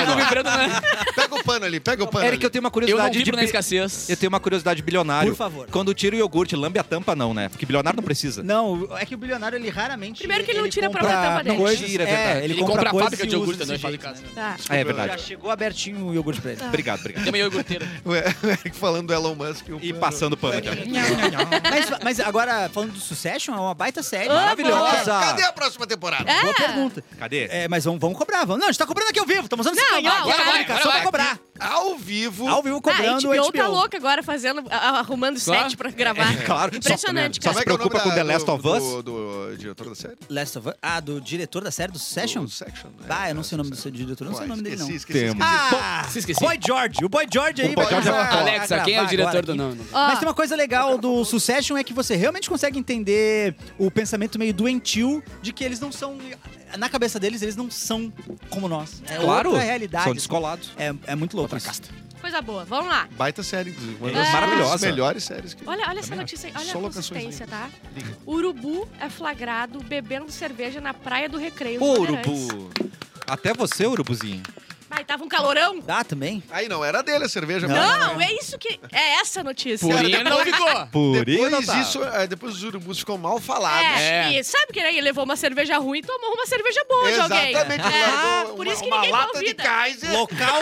tô vibrando, né?
Pega o pano ali, pega o pano
É. Eric,
ali.
eu tenho uma
Eu não
curiosidade de...
vibro na
bi-
escassez.
Eu tenho uma curiosidade bilionária.
Por favor.
Quando tira o iogurte, lambe a tampa não, né? Porque bilionário não precisa.
Não, é que o bilionário, ele raramente...
Primeiro que ele não tira a
compra
própria tampa dele.
coisas-
Tira, é verdade.
ele,
Ele
compra,
compra a
coisas
fábrica
e
de iogurte,
usa desse
né? Fala em
jeito,
casa.
né?
Tá.
Ah, é
Já
verdade.
chegou abertinho o iogurte pra ele.
Obrigado, obrigado.
Tem uma iogurteira.
O Eric falando do Elon Musk. o
E
pano.
passando pano aqui.
mas, mas agora, falando do Succession, é uma baita série.
Amo. É!
Maravilhosa.
Cadê a próxima temporada?
É.
Boa pergunta.
Cadê?
É, mas vamos, vamos cobrar. Vamos. Não, a gente tá cobrando aqui ao vivo. Estamos usando
Não,
esse canal
não,
agora,
agora
a
vai,
comunicação
agora
pra cobrar.
Ao vivo.
Ao vivo
Ah, a
cobrando
HBO,
o
tá
HBO.
louca agora fazendo, a- arrumando
Claro.
set pra gravar.
Claro.
Impressionante,
Só, só
cara.
Como
se
é que é o nome
preocupa com
da-
The Last
do-
of Us.
Do, do diretor da série?
Last of Us. Ah, do diretor da série do Succession?
Do Section. né?
Ah, eu não sei o nome do seu diretor, não sei o nome dele, não.
Esqueci, esqueci.
Temos.
esqueci.
Ah,
Se esqueci.
Boy George. O Boy George aí
Boy
vai
George é
começar
uma
a-
Alexa,
a
quem é o
gravar
diretor
agora
do-
aqui.
não, não.
Mas tem uma coisa legal do Succession é que você realmente consegue entender o pensamento meio doentio de que eles não são... Na cabeça deles, eles não são como nós. É
Claro.
outra realidade.
São descolados.
É, é muito louco
Outra
isso.
casta.
Coisa boa, vamos lá.
Baita série, inclusive. Uma
É.
das
Maravilhosa.
melhores séries que
Olha, olha essa notícia aí, olha
Só
a
locações
consistência, tá?
Liga.
Urubu é flagrado bebendo cerveja na praia do Recreio. em
Ô,
Bandeirantes.
urubu. Até você, urubuzinho.
Vai, tava um calorão?
Dá também?
Aí não era dele a cerveja. mas-
Não, é isso que. É essa a notícia.
Por ele não ficou.
Por
Depois
isso. tá.
disso, é, depois os urubus ficam mal falados.
É,
É.
e sabe que ele levou uma cerveja ruim e tomou uma cerveja boa de alguém.
Exatamente.
É,
largou
por
uma,
isso que
uma
ninguém tá
lata de
convida.
Kaiser.
é
Local.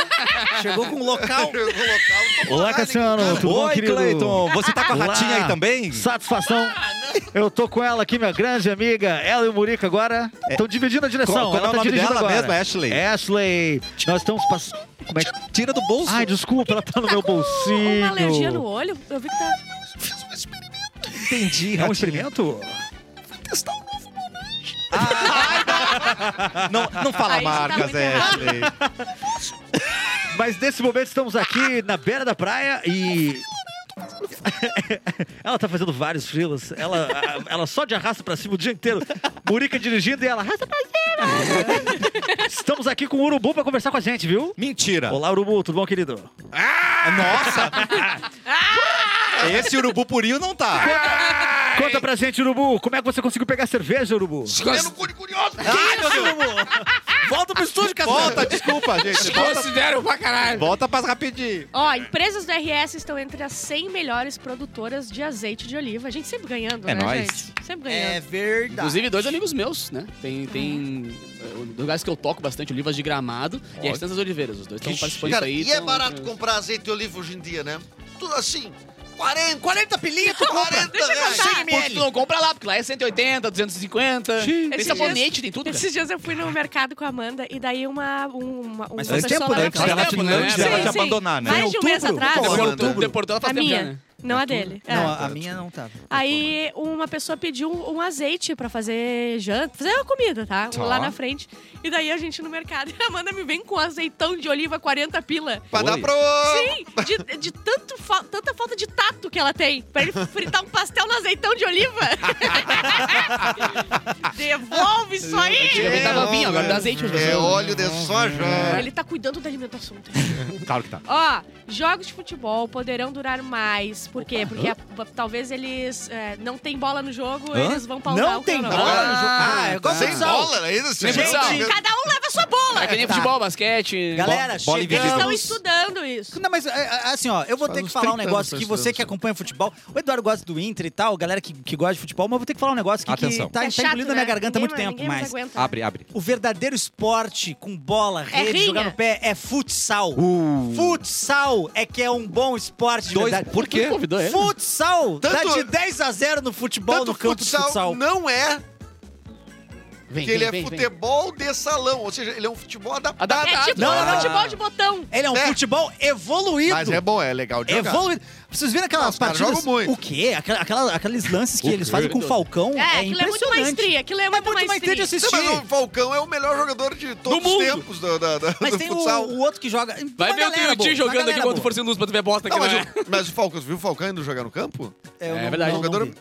Chegou com um local. é
Jogou local, tá tomou
Olá,
Heineken.
Cassiano. Tudo bom,
Oi,
querido?
Cleiton. Você tá com a
Olá.
ratinha aí também?
Satisfação. Eu tô com ela aqui, minha grande amiga. Ela e o Murica agora estão dividindo a direção.
É. Qual- qual
ela
é o
tá
nome
dirigindo
dela
agora.
mesmo? Ashley?
Ashley. Nós estamos passando... Como é que...
Tira do bolso.
Ai, desculpa, ela tá no meu bolsinho.
Uma alergia no olho? Eu vi que tá.
É um
entendi. ratinha.
experimento?
Não, não fala
Aí você tá
marcas,
muito
é,
errado.
Ashley.
Mas nesse momento estamos
Ah!
aqui na beira da praia e. ela tá fazendo vários frilas. Ela, a- ela só de arrasta pra cima o dia inteiro. Murica dirigindo e ela arrasta pra cima. Estamos aqui com o Urubu pra conversar com a gente, viu?
Mentira.
Olá, Urubu, tudo bom, querido?
Nossa. Esse urubu purinho não tá.
Conta pra gente, Urubu, como é que você conseguiu pegar cerveja, Urubu?
Comendo cu de curioso.
Ai, meu Deus. Volta pro estúdio, cara. Volta, desculpa, gente. Volta,
Considero pra caralho.
volta pra rapidinho.
Ó, empresas do RS estão entre as 100 melhores produtoras de azeite de oliva. A gente sempre ganhando,
É
né,
nóis.
gente? Sempre ganhando.
É verdade.
Inclusive, dois amigos meus, né? Tem, tem eh, dois lugares que eu toco bastante, Olivas de Gramado e as Tantas Oliveiras. Os dois estão participando disso
Cara,
aí.
e é
tão-
barato comprar azeite de oliva hoje em dia, né? Tudo assim, 40,
40 pilinha, tu compra.
40 reais.
Tá,
Sim, porque tu não compra lá, porque lá é 180, 250. Tem
Esses
É, sabonete,
dias-
tem tudo, cara.
Esses dias eu fui no mercado com a Amanda e daí uma. um, uma, uma
Mas
uma
faz
pessoa
tempo,
lá
né,
na
que ela
frente-
te- né?
antes dela
é Sim,
te
sim.
abandonar, né?
Mais de um mês
Outubro? é
atrás.
Qual
Deportou,
Amanda?
deportou, ela faz
A
tempo já,
minha.
né?
Não a dele. É.
Não, a minha não tá. tava.
Aí
né?
uma pessoa pediu um azeite pra fazer janta, fazer uma comida, tá?
Tá.
Lá na frente. E daí a gente no mercado, e a Amanda me vem com azeitão de oliva 40 pila.
pra dar
Oi.
pro...
Sim, de, de tanto fa- tanta falta de tato que ela tem. Pra ele fritar um pastel no azeitão de oliva. Devolve isso aí!
Antigamente
É,
dava vinho, agora dá
é.
azeite. hoje.
É óleo de soja.
Ele tá cuidando da alimentação.
Claro que tá.
Ó, jogos de futebol poderão durar mais. Por quê? Porque a- talvez eles é, não tem bola no jogo,
Hã?
eles vão um pausar
Não
o
tem
Tá
cronômetro.
bola no jogo.
Ah,
Ah, é igual
Sem
futsal.
bola, é isso?
Nem futsal.
Cada um leva a sua bola.
É que nem
Tá.
futebol, basquete.
Galera,
Bo- bola
Eles estão
Vamos.
chegamos...
estudando isso.
Não, mas é, é, assim, ó, eu vou
Faz
ter que
uns
falar um
30
negócio
anos
que
que eu
você que
estudo.
acompanha futebol, o Eduardo gosta do Inter e tal, galera que, que gosta de futebol, mas eu vou ter que falar um negócio que, que
Atenção.
tá,
É
tá
chato,
engolindo na
né?
minha garganta há muito
Ninguém mais-
tempo,
ninguém mais
mas
aguenta.
Abre, abre.
o verdadeiro esporte com bola, rede,
rinha. Uh.
jogar no pé, é futsal. Futsal é que é um bom esporte de
Dois,
verdade.
por quê?
Convidou ele?
Futsal dá
Tanto-
de 10 a 0 no futebol
Tanto
no campo
futsal,
de futsal.
não é
Vem,
que
vem,
ele é
vem, vem.
futebol de salão, ou seja, ele é um futebol adaptado.
Adaptado.
É tipo
Não,
um
não, não.
futebol de botão.
Ele é um
É.
futebol evoluído.
Mas é bom, é legal de jogar.
Evoluído. Vocês viram aquelas
Não, os caras
partidas?
jogam muito.
O quê? Aquela, aquela- aqueles lances que eles fazem com o Falcão.
É,
É,
aquilo é muito
impressionante.
maestria. Aquilo é
É
muito,
muito maestria de
Não,
assistir.
mas o Falcão é o melhor jogador de todos os
mundo.
tempos do, da- da-
Mas
do
tem o,
futsal.
o outro que joga.
Vai
Uma
ver o
galera boa,
Tio
uma
jogando aqui
galera
enquanto
boa.
for luz pra tu ver bosta aqui.
Não, mas,
né?
o, mas o Falcão, viu o Falcão indo jogar no campo? Um
Eu
É
não-
verdade.
não- não
jogador
vi.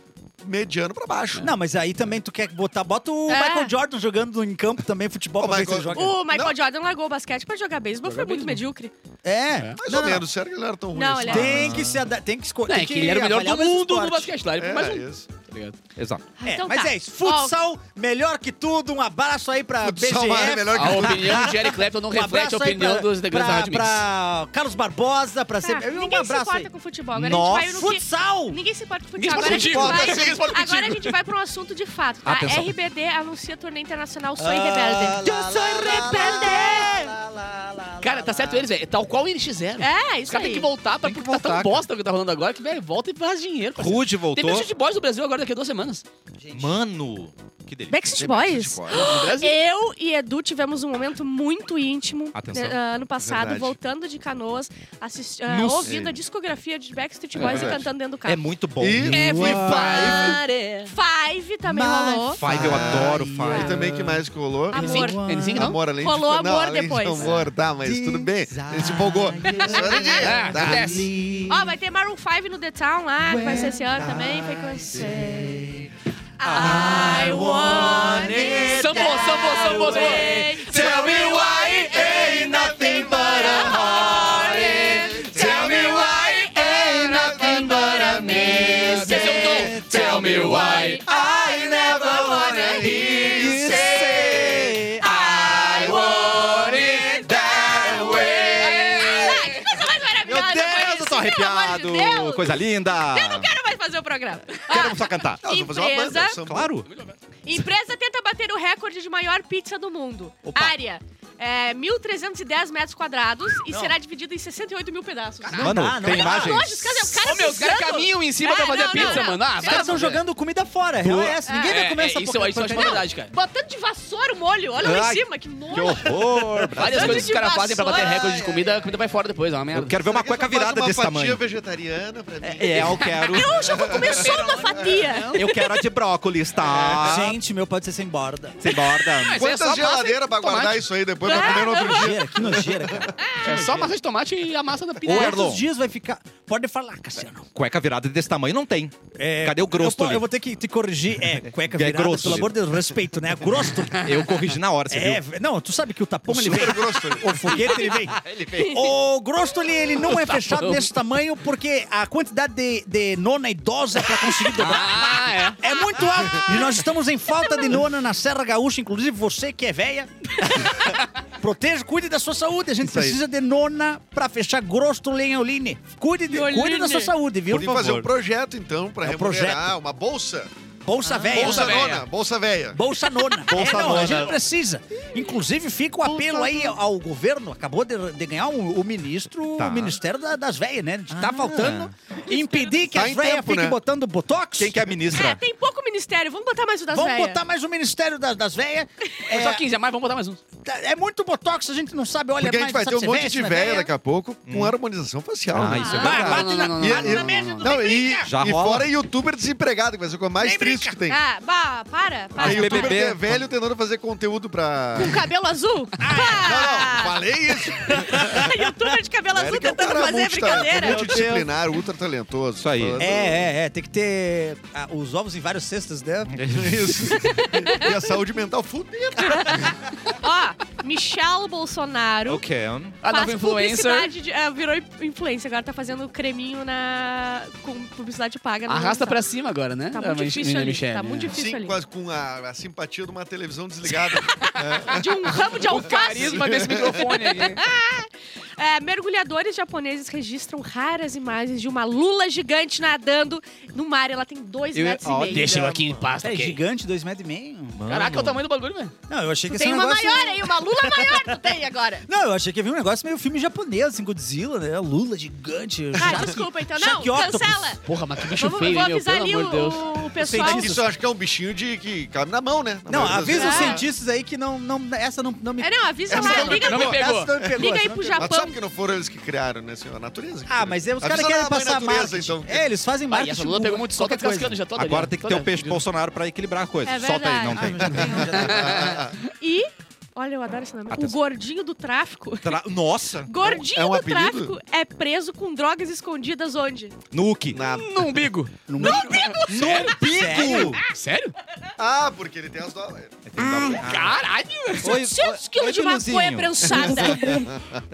mediano pra baixo.
Não, mas aí também tu quer botar. Bota o
É.
Michael Jordan jogando em campo também, futebol,
Ô,
pra ver se ele
Michael-
joga.
O Michael
Não.
Uh, Jordan largou o basquete pra jogar beisebol, foi muito medíocre.
É.
Mais
Não,
ou
não,
menos, sério que ele não era tão ruim
Não,
assim.
ele era-
Tem que se ada- tem que escolher.
É. Não, é que ele era o melhor do mundo no basquete lá. Ele
É,
foi mais um.
isso.
tá ligado?
Exato.
Ah,
É,
então
mas
tá.
é isso. Futsal, melhor que tudo. Um abraço aí pra
Futsal é
BGF.
melhor que
A
tudo.
opinião do Jerry Clapton não
Um
reflete a
abraço aí
opinião
pra-
dos integrantes da
pra-
Rádio Mix.
Pra Carlos Barbosa, pra
Tá,
sempre. Um
Ninguém se
abraço
importa
aí.
com futebol. Agora a gente vai no que...
futsal!
Ninguém se importa com
Ninguém
futebol.
se
Agora a gente
importa
vai,
contigo, ninguém se importa contigo.
agora a gente vai pra um assunto de fato, tá?
Atenção.
RBD anuncia turnê internacional Soy
Ah,
Rebelde.
lá,
Eu sou
lá, lá,
rebelde!
lá, lá, lá, lá,
Cara, tá
lá.
certo eles, velho. É Tal qual eles fizeram.
É,
Os
isso
caras
aí.
têm que voltar pra
Tem que
porque tá tão
voltar,
bosta o que tá rolando agora que, velho, volta e faz dinheiro. parceiro.
Rude
Tem
voltou.
Backstreet de Boys no Brasil agora daqui a duas semanas.
Mano, que delícia.
Backstreet Boys?
No Brasil.
Eu e Edu tivemos um momento muito íntimo
Atenção.
né, ano passado,
Verdade.
voltando de canoas, assisti- ah,
Nossa.
ouvindo a discografia de Backstreet Boys e
verdade.
cantando dentro do carro.
É muito bom.
E Five.
Five também
My
rolou.
Five, é eu adoro Five.
E também que mais colou?
Amor.
N5 não?
Amor, além
Colou
de... não,
amor
além de
depois.
amor, tá, mas tudo bem. Ele se empolgou. Isso era de-
É,
tá.
acontece.
Ó, vai ter Maroon 5 no The Town lá, que vai ser esse ano também. Foi conhecer. I want it
Sambo, sambo, sambo, sambo.
that way.
Tell me why it ain't nothing but a heart.
eh.
tell me why.
I never
wanna hear you say,
Ah,
I want it that way.
Ah, que coisa mais
Meu
maravilhosa! foi
Deus,
isso,
eu tô
pelo amor de
arrepiado.
Deus.
Coisa linda.
Eu não quero mais fazer o programa.
Quero só cantar.
Não, eu vou fazer uma banda.
Empresa.
um samba.
Claro.
Empresa tenta bater o recorde de maior pizza do mundo. Área. É, 1.310 metros quadrados e será dividida em 68 mil pedaços.
Mano,
dá, não
tem
dá.
imagens.
Longe, os caras, os caras
Ô, meu, os caras
pisando.
caminham em cima
Ah,
pra fazer
não, não,
pizza,
não.
mano. Ah,
Os
Os caras
vai
estão
se fuder.
jogando comida fora. Real é essa. Ninguém
É,
vai comer
é,
essa
isso,
porca-
isso eu acho uma
porcaria.
verdade, cara.
Botando de vassoura o molho. Olha lá
Ai,
em cima, que nojo.
Que horror, Brasil.
Várias coisas que os caras fazem pra bater
vassoura.
recorde de comida, a comida vai fora depois, é uma
Eu
merda.
quero ver uma
Será que
cueca
eu faço
virada
uma
desse
fatia
tamanho.
vegetariana pra mim.
É, eu quero.
Eu já vou comer só uma fatia.
Eu quero a de brócolis, tá?
Gente, meu pode ser sem borda.
Sem borda.
Mas é só
Quantas geladeiras
massa e
pra guardar
tomate.
isso aí depois
É.
pra comer no outro dia?
Nojeira, que nojeira, cara.
É só massa de tomate e a massa da pizza.
Ô, Erlon.
Quantos dias vai ficar... Pode falar, Cassiano.
Cueca virada desse tamanho não tem.
É,
Cadê o grosso
eu, po-
ali?
eu vou ter que te corrigir. É,
É
cueca virada,
grosso.
pelo amor de Deus, respeito, né? Grosso.
Eu corrigi na hora, você
É,
viu?
não, tu sabe que o tapão, ele vem...
grosso.
O foguete, ele vem...
Ele fez.
O Grostoli, ele não é fechado
tapão.
nesse tamanho porque a quantidade de, de nona idosa é pra conseguir dobrar
Ah, é.
é muito alta. E nós estamos em falta de nona na Serra Gaúcha, inclusive você que é velha. Proteja, cuide da sua saúde. A gente
aí.
precisa de nona pra fechar Grostoli em Oline. Cuide, de,
Em
cuide da sua
Oline.
saúde, viu?
Tem que fazer um projeto, então, pra
É um
remunerar
projeto.
uma bolsa.
Bolsa
É,
velha.
Bolsa
véia.
nona, bolsa velha.
Bolsa nona.
Bolsa
é, não,
nona.
A gente precisa. Inclusive, fica o apelo aí ao, ao governo. Acabou de, de ganhar o, o ministro,
Tá.
o Ministério da- das Véias, né? De tá faltando impedir que
Ah. Tá
as
em
véias
tempo,
fiquem
né?
botando botox.
Quem que é a ministra?
É, tem pouco ministério. Vamos botar mais o das
Vamos
velhas.
botar mais o Ministério das, das Véias.
É só
É,
15 a mais, vamos botar mais um.
tá- é muito botox, a gente não sabe, olha
Porque a
mais
gente vai ter
sabe
um
se
monte
veste,
de
né,
velha daqui a pouco com harmonização facial.
Hum. Ah,
né?
isso é
Vai,
verdade.
bate na,
Não, não, não,
bate
não,
na
não,
mesa do
Não, e,
Já
e
rola.
fora youtuber desempregado, que vai ser a coisa mais um. triste que tem.
Ah, bah, para, para.
Tem
Ah,
youtuber
BBB.
que é velho tentando fazer conteúdo pra.
Com cabelo azul?
Não, não,
Ah,
falei isso.
Youtuber de cabelo azul
Eric é um
tentando
cara
fazer
multita-
brincadeira.
Multidisciplinar, ultra talentoso.
Isso aí.
É, é, é, tem que ter ah, os ovos em vários cestos, né?
Hum, Isso. E a saúde mental fudida.
Ó, Michel Bolsonaro.
O Ken.
A nova
faz
Ah, influencer.
publicidade de- ah, virou influencer, agora tá fazendo creminho na, com publicidade paga. no
Arrasta
Insta.
pra cima agora, né?
Tá
A
muito difícil
menina
ali,
Michele,
tá
né?
muito difícil
Sim,
ali.
quase com a, a simpatia de uma televisão desligada.
De um ramo de alface.
Carisma desse microfone aí.
É, mergulhadores japoneses registram raras imagens de uma lula gigante nadando no mar. Ela tem dois metros e meio.
Deixa eu aqui em paz, tá
É
ok?
gigante, dois metros e meio.
Caraca, é o tamanho do bagulho, velho.
Não, eu achei que
Tu
esse
tem uma
negócio...
maior aí, uma lula maior tu tem agora.
Não, eu achei que havia um negócio meio filme japonês, assim, Godzilla, né? Lula gigante.
Ah, desculpa, então não,
Shark Octopus.
cancela.
Porra, mas que bicho
Vamos,
feio,
vou
hein, meu?
avisar
Pelo
ali
amor de Deus.
o, o
sei
pessoal.
Mas isso eu acho que é um bichinho de que cabe na mão, né? Na
Não,
maioria das
avisa os
vezes.
É.
cientistas aí que não, não, essa não, não me...
É, não, avisa
Essa
lá,
não me
liga,
Não me pegou.
Essa não me pegou,
liga aí
essa não
pro
me
Mas
Japão.
sabe que não foram eles que criaram, né, senhor? A natureza. que
Ah,
criou.
mas aí os
Avisa
caras querem
na mãe
passar
natureza,
marketing.
então.
É, eles fazem
Ai, essa
marketing.
lula
com
pegou muito sol, tá
qualquer coisa.
descascando já toda.
Agora
já,
tem que ter
toda.
o peixe Bolsonaro pra equilibrar a coisa.
É
Solta aí, não tem.
verdade. E, olha, eu adoro esse nome. O
Atenção.
gordinho do tráfico.
Tra- Nossa!
Gordinho
É um
do
apelido?
tráfico é preso com drogas escondidas onde?
Nuke!
Na-
No umbigo.
Não, não,
No umbigo!
Sério?
Ah, porque ele tem as dólares.
Caralho!
Oi,
700
oi,
quilos de
oi,
maconha
Biluzinho.
prensada.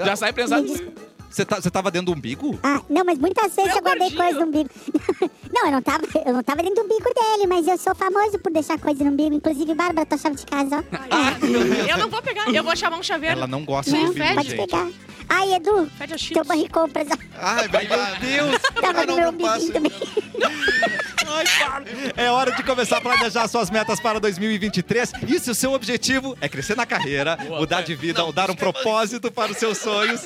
Já sai prensado.
Você tá- você tava dentro do umbigo?
Ah, não, mas muitas vezes
Meu
eu guardei
gordinho.
coisa no umbigo. não, eu não, tava, eu não tava dentro do umbigo dele, mas eu sou famoso por deixar coisa no umbigo. Inclusive, Bárbara, tua chave de casa, ó.
eu não vou pegar, eu vou chamar um chaveiro.
Ela não gosta de
Não,
umbigo,
Né? pode
gente.
pegar. Ai, Edu,
Fede a
teu
Cheetos.
banho de compras, ó.
Ah, é
Ai, meu Deus.
Tava no meu umbigo também.
É hora de começar a planejar suas metas para 2023. E se o seu objetivo é crescer na carreira, mudar de vida ou dar um propósito para os seus sonhos,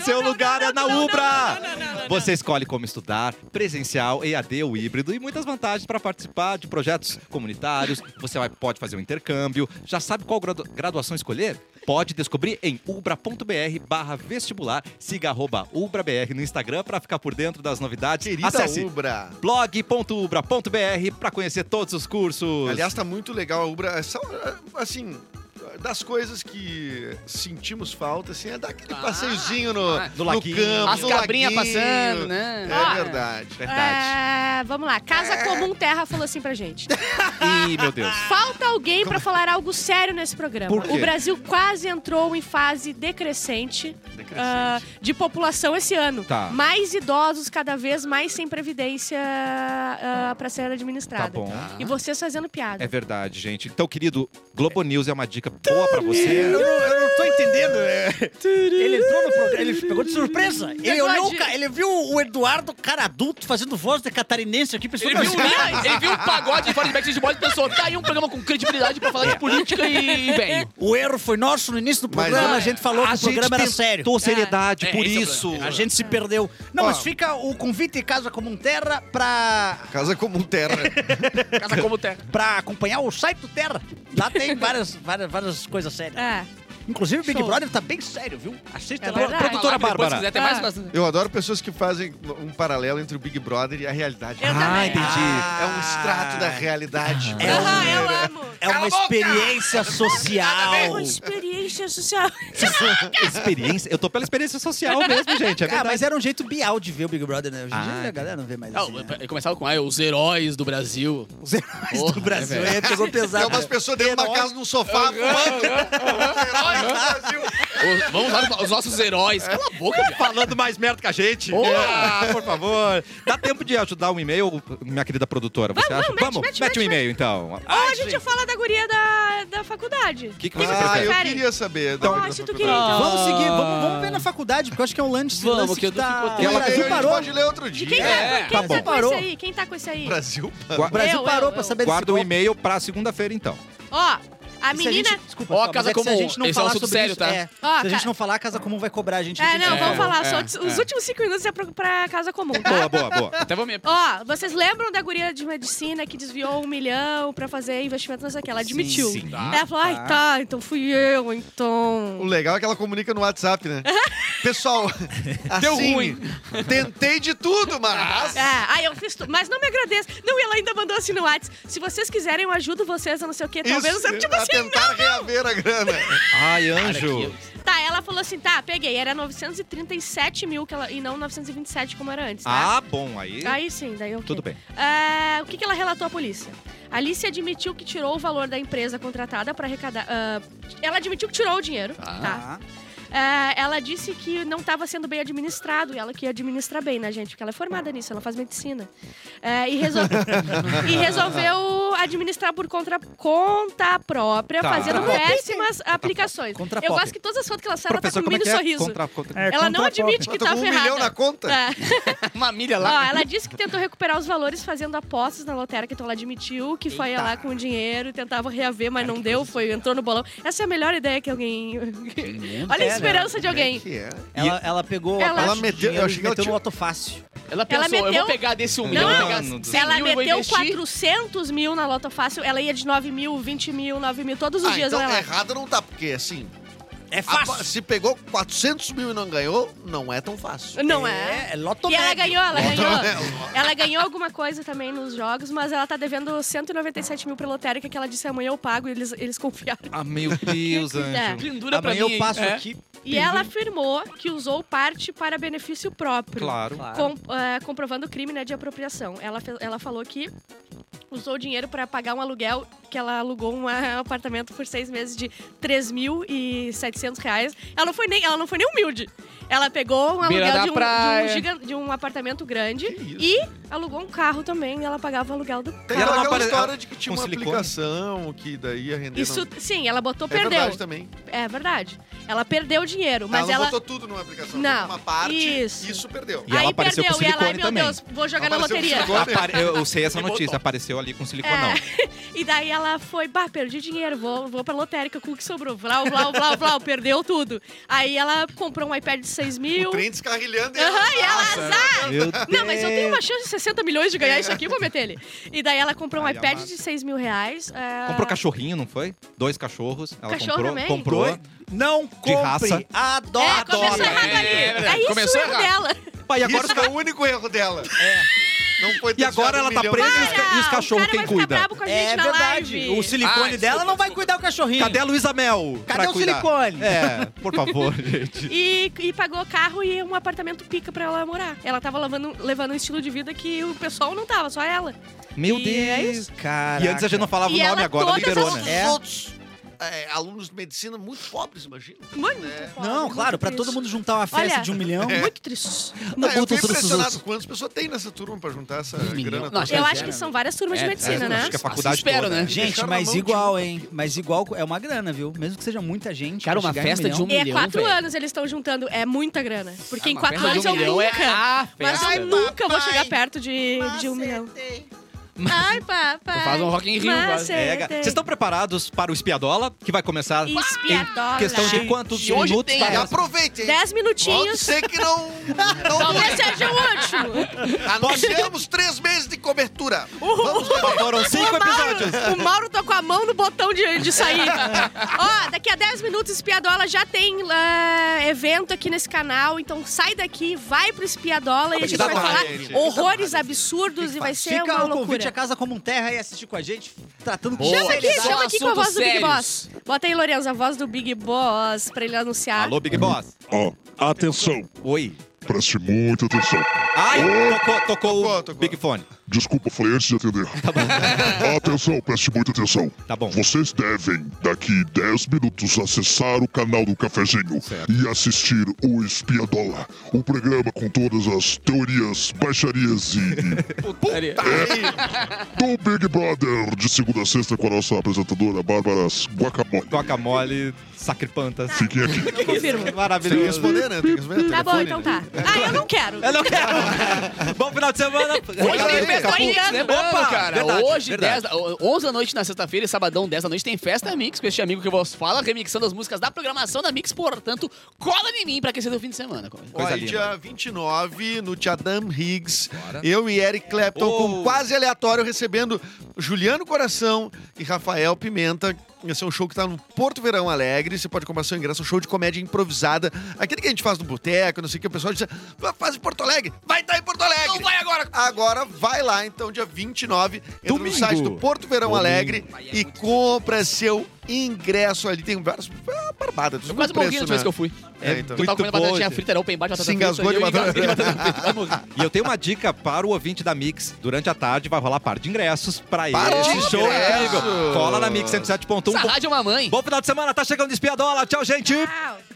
seu lugar é na Ubra! Você escolhe como estudar, presencial, EAD ou híbrido e muitas vantagens para participar de projetos comunitários. Você vai- pode fazer um intercâmbio. Já sabe qual gradu- graduação escolher? Pode descobrir em ubra.br barra vestibular. Siga arroba ubrabr no Instagram para ficar por dentro das novidades.
Querida
Acesse
Ubra.
blog.ubra.br para conhecer todos os cursos.
Aliás, tá muito legal a Ubra. É só, assim, das coisas que sentimos falta, assim, é dar
Ah,
aquele passeiozinho no,
ah,
no
no,
laguinho.
campo,
As
no
cabrinhas
laguinho.
passando, né?
Ah.
É verdade.
É, vamos lá, Casa Comum Terra falou assim pra gente.
É. Ih, meu Deus.
Falta alguém pra falar algo sério nesse programa.
Por quê?
O Brasil quase entrou em fase decrescente. ah, de população esse ano.
Tá.
Mais idosos, cada vez mais sem previdência para ser administrada.
Tá bom.
E vocês fazendo piada.
É verdade, gente. Então, querido, Globo News é uma dica boa pra você.
Eu não, eu não tô entendendo. é. Ele entrou no programa, ele pegou de surpresa. Ele
Pegou
olhou,
de-
o ca- ele viu o Eduardo, cara adulto, fazendo voz de catarinense aqui, pensou
Ele
"Não,
viu,
esse cara-
ele viu um pagode de fora de Backstreet Boys e pensou, tá aí um programa com credibilidade pra falar de política e velho.
O erro foi nosso no início do
Mas
programa,
não,
a gente falou que o programa era sério.
tentou seriedade,
É,
por
esse é o
isso.
A gente se perdeu. Não, mas fica o convite em Casa Comum Terra pra,
Casa como um terra. né?
Casa como terra.
pra acompanhar o site do Terra. Lá tem várias, várias, várias coisas sérias.
É.
Inclusive o Big
Show.
Brother tá bem sério, viu? Assista
É
lá.
verdade.
Doutora
Depois,
Bárbara.
Se quiser, tem mais
Ah.
umas-
Eu adoro pessoas que fazem um paralelo entre o Big Brother e a realidade.
Eu também.
É um extrato da realidade.
É um-
Ah, eu amo. É
É uma
Cala a boca!
experiência social.
Uma experiência social.
Experiência. Eu tô pela experiência social mesmo, gente. É
Ah,
verdade.
mas era um jeito bial de ver o Big Brother, né? Hoje em dia
Ah.
a galera não vê mais
Não,
assim, né?
eu começava com ah, os heróis do Brasil.
Os heróis
Porra,
do
né,
Brasil.
velho?
É, pegou pesado.
É umas pessoas dentro de uma
Herói.
casa num sofá fumando. Herói do Brasil.
Os- vamos lá, os nossos heróis. Cala a boca, viado.
Falando mais merda que a gente.
Oh.
Ah, por favor. Dá tempo de ajudar um e-mail, minha querida produtora. Você
Vamos,
acha?
vamos, mete,
Vamos,
mete,
mete um
mete,
e-mail, então.
Ou a gente fala da guria da, da faculdade. O
Que que você
vocês
Ah, eu
preferem?
queria saber.
Então, acho que tu queria, então.
Vamos seguir, vamos, vamos ver na faculdade, porque eu acho que é um lance,
Vamos,
lance
que eu não fico
tá...
atento.
Ela
O Brasil parou.
pode ler outro
é? De
dia.
quem tá,
É,
tá
quem tá
bom.
com esse aí? Quem tá com esse aí?
Brasil.
O Brasil
Eu,
parou
eu,
pra
eu.
saber
Guarda o
desse golpe.
e-mail pra segunda-feira, então.
Ó, a
E se
menina...
é gente- desculpa,
Ó,
Fábio,
Casa
mas é que se a
Comum,
gente não
esse é um
falar
assunto
sobre
sério,
isso,
tá?
é,
Ó,
se a
cara-
gente não falar, a Casa Comum vai cobrar a gente.
É, não,
É.
vamos falar. só
é,
os- os últimos cinco minutos é pra, pra casa comum, tá?
Boa, boa, boa.
Até vou me...
Ó, vocês lembram da guria de medicina que desviou um milhão pra fazer investimento nessa aqui? Ela admitiu.
sim.
Ela falou, ai, tá, então fui eu,
O
então...
legal é que ela comunica no WhatsApp, né? Pessoal, assim,
Deu ruim.
Tentei de tudo, mas.
É, ai, eu fiz tudo, mas não me agradeço. Não, e ela ainda mandou assim no WhatsApp. Se vocês quiserem, eu ajudo vocês, eu não sei o quê. Talvez,
Isso,
eu tipo
pra
assim,
tentar reaver a grana.
Ai,
Cara, que-
anjo.
Tá, ela falou assim, tá, peguei. Era 937 mil que ela, e não 927 como era antes, tá?
Ah, bom, aí.
Aí sim, daí eu
Tudo bem.
o que, que ela relatou à polícia? Alice admitiu que tirou o valor da empresa contratada para arrecadar... ah, ela admitiu que tirou o dinheiro, tá?
Ah,
Ah, ela disse que não estava sendo bem administrado, e ela que administra bem, né, gente? Porque ela é formada nisso, ela faz medicina. Ah, e, resol- e resolveu administrar por contra... conta própria,
Tá.
fazendo
Contra
péssimas aplicações.
Contra
Eu
própria.
gosto que todas as fotos que ela sai, ela tá
Professor,
com um
como é
mini
que é?
sorriso.
Contra- contra-
É,
ela não
contra a
admite que
Tô
tá
com um milhão
ferrada.
na conta.
É.
Uma milha
Ó,
lá.
ela disse que tentou recuperar os valores fazendo apostas na lotérica, então ela admitiu que foi lá com o dinheiro e tentava reaver, mas não deu, foi, entrou no bolão. Essa é a melhor ideia que alguém. Olha
né?
a esperança de alguém.
Que é?
Ela, ela pegou
Ela-
a parte
Ela
do
meteu-
dinheiro
eu
e
achei que ela
meteu no
tinha-
autofácil.
Ela pensou,
Ela
eu
meteu-
vou pegar desse um
Não,
milhão,
não.
vou pegar 100
Ela
mil e vou
meteu
investir.
400 mil na Loto Fácil, ela ia de 9 mil, 20 mil, 9 mil, todos os
Ah,
dias
então
ela
é,
ia lá.
errado não tá, porque assim,
É
a-
fácil.
se pegou 400 mil e não ganhou, não é tão fácil. É,
Não é?
É, é loto
E ela
mega.
ganhou, ela
Loto
ganhou.
Mega.
Ela ganhou alguma coisa também nos jogos, mas ela tá devendo 197 mil pra lotérica que ela disse amanhã eu pago e eles, eles confiaram.
Ah, meu Deus,
quiser.
anjo.
Pendura pra
Amanhã
mim.
eu
hein?
passo
É.
aqui.
E ela afirmou que usou parte para benefício próprio.
É
Claro.
Com- eh, comprovando o crime né, de apropriação. Ela, fe- ela falou que usou o dinheiro para pagar um aluguel, que ela alugou um eh, apartamento por seis meses de 3.700 reais. Ela não, foi nem, ela não foi nem humilde. Ela pegou um
Beira da
aluguel de um, de,
praia.
um giga- de um apartamento grande
é
e alugou um carro também. E ela pagava o aluguel do
Tem
E ela
aquela
não apare-
história de que tinha
com
uma
silicone?
aplicação que daí ia render...
Isso,
não-
sim, ela botou,
É
perdeu.
verdade
tá?
também.
É verdade. Ela perdeu o dinheiro, mas
ela não
ela.
botou tudo numa aplicação.
Não,
botou Uma parte,
isso.
isso perdeu.
E ela
aí
apareceu
perdeu,
com
e ela, ai
silicone
meu
também.
Deus, vou jogar na
Apareceu com
loteria.
silicone.
Apare- Eu eu sei essa
Me
notícia,
botou.
apareceu ali com siliconão.
É. E daí ela foi, bah, perdi dinheiro, vou, vou pra lotérica com o que sobrou. Vlau, vlau, vlau, vlau, perdeu tudo. Aí ela comprou um iPad de 6 mil.
O trem descarrilhando e
Aham,
ela...
e ela azar.
Meu
Não, mas eu tenho uma chance de 60 milhões de ganhar isso aqui, vou meter ele. E daí ela comprou um
Ai,
iPad
amado.
de 6 mil reais. é,
Comprou cachorrinho, não foi? Dois cachorros. Ela
Cachorro
comprou.
também?
Comprou.
Dois. Não compre.
raça.
Adoro.
É, começou
adoro,
errado
é,
ali.
é
É,
verdade,
isso
começou
o erro
errado.
dela.
Pá, e agora,
Isso foi o único erro dela. É. Não foi ter
e agora
desviado
ela
um
tá
milhão
presa e
de
os,
reais.
ca- e os
Ah,
cachorros
o cara
quem
vai ficar
cuida?
bravo com a gente
É
na
verdade.
live.
O silicone
Ah, desculpa,
dela não vai
desculpa.
cuidar o cachorrinho.
Cadê a Luísa Mel?
Cadê
pra
o
cuidar?
silicone?
É, por favor, gente.
E, e pagou carro e um apartamento pica pra ela morar. Ela tava levando, levando um estilo de vida que o pessoal não tava, só ela.
Meu
E é
Deus.
Cara.
E antes a gente não falava
E
o nome,
ela
agora
todas
liberou,
as-
né?
Todos os outros. é, alunos de medicina muito pobres, imagina.
Muito foda,
Não,
muito
claro, pra
triste.
todo mundo juntar uma festa
Olha. é
de um milhão.
Muito triste.
Não,
Ah,
botam
eu fiquei
todos os
impressionado
outros.
quantas pessoas tem nessa turma pra juntar essa
Milhão.
grana
Não,
toda.
Pois
Eu acho
é,
que
né?
são várias turmas
É,
de medicina,
é,
né?
acho que a
Mas
faculdade
espero,
toda,
né?
Gente,
Deixaram na
mas
mão de
igual, hein? Mas igual é uma grana, viu? Mesmo que seja muita gente.
Cara,
pra
uma
chegar em
festa de um
milhão.
E
milhão,
é quatro
velho.
anos eles estão juntando. É muita grana. Porque em
Uma
quatro
festa
anos
de um
eu
milhão
nunca.
é a
Mas
festa.
eu nunca vou chegar perto de, de um milhão. Ai, papai.
Faz um Rock in Rio, faz.
É, cara. Vocês estão preparados para o Espiadola, que vai começar
Espiadola.
em questão de quantos
Gente, hoje
minutos?
tem,
tá?
E aproveitem. hein?
é Dez
Pode
minutinhos.
ser que não... não
Talvez seja o último.
anunciamos três meses de cobertura. Vamos
Foram cinco
o, Mauro,
episódios.
o Mauro tá com a mão no botão de, de sair. Ó, daqui a 10 minutos, Espiadola já tem ah, evento aqui nesse canal. Então sai daqui, vai pro Espiadola e a gente
dá
vai
pra
falar
gente.
horrores absurdos e vai ser
Fica
uma
o convite
loucura.
à casa como um terra e assistir com a gente, tratando com
Chama aqui,
Só
chama aqui com a voz do Big
assuntos
Boss. Bota aí, Lourenço, a voz do Big Boss pra ele anunciar.
Alô, Big Boss.
Ó, atenção.
Oi.
Preste muita atenção.
Ai, tocou, tocou,
Tocou,
o
tocou.
Big Fone.
Desculpa, falei antes de atender. atenção, preste muita atenção.
Tá bom.
Vocês devem, daqui 10 minutos, acessar o canal do Cafezinho e assistir o Espiadola. Um programa com todas as teorias, baixarias e É.
Putaria.
do Big Brother, de segunda a sexta, com a nossa apresentadora Bárbara Guacamole.
Guacamole, sacripantas.
Tá.
Fiquem aqui.
Confirmo.
Tem que
Maravilhoso.
responder, né? Tem que responder.
Tá bom,
telefone,
então
né?
tá. Ah, eu não quero.
Eu não quero. bom final de semana.
Hoje tem festa
Capu.
mix, lembrando,
Opa,
cara.
verdade,
Hoje,
verdade.
10 da- o- 11 da noite na sexta-feira e sabadão, 10 da noite, tem festa mix com este amigo que eu vos fala, remixando as músicas da programação da Mix. Portanto, cola em mim pra aquecer o fim de semana.
Ó,
Coisa
e
linda.
dia 29, no Tiadam Higgs, eu e Eric Clapton,
Oh.
com quase aleatório, recebendo Juliano Coração e Rafael Pimenta. Esse é um show que tá no Porto Verão Alegre. Você pode comprar seu ingresso, um show de comédia improvisada. Aquele que a gente faz no boteco, não sei o que. O pessoal diz, "Ah, faz em Porto Alegre. Vai estar em Porto Alegre. Não vai agora. Agora vai lá, então, dia 29. Entra
Domingo.
no site do Porto Verão Alegre
é
e compra seu ingresso ali. Tem vários... ah, Barbada.
Eu quase morri na última vez que eu fui.
É, então.
Eu
Muito
tava comendo
bom,
batatinha
gente.
frita, era open bar de batata
Se engasgou
frita, e
de
eu
batata-
engasguei de batata frita. Quase morri.
E eu tenho uma dica para o ouvinte da Mix. Durante a tarde vai rolar par de ingressos para
Par de
esse show
ingressos.
incrível. Cola na Mix 107.1.
Essa
Bom-
rádio é uma mãe.
Bom final de semana, tá chegando Espiadola. Tchau, gente.
Tchau.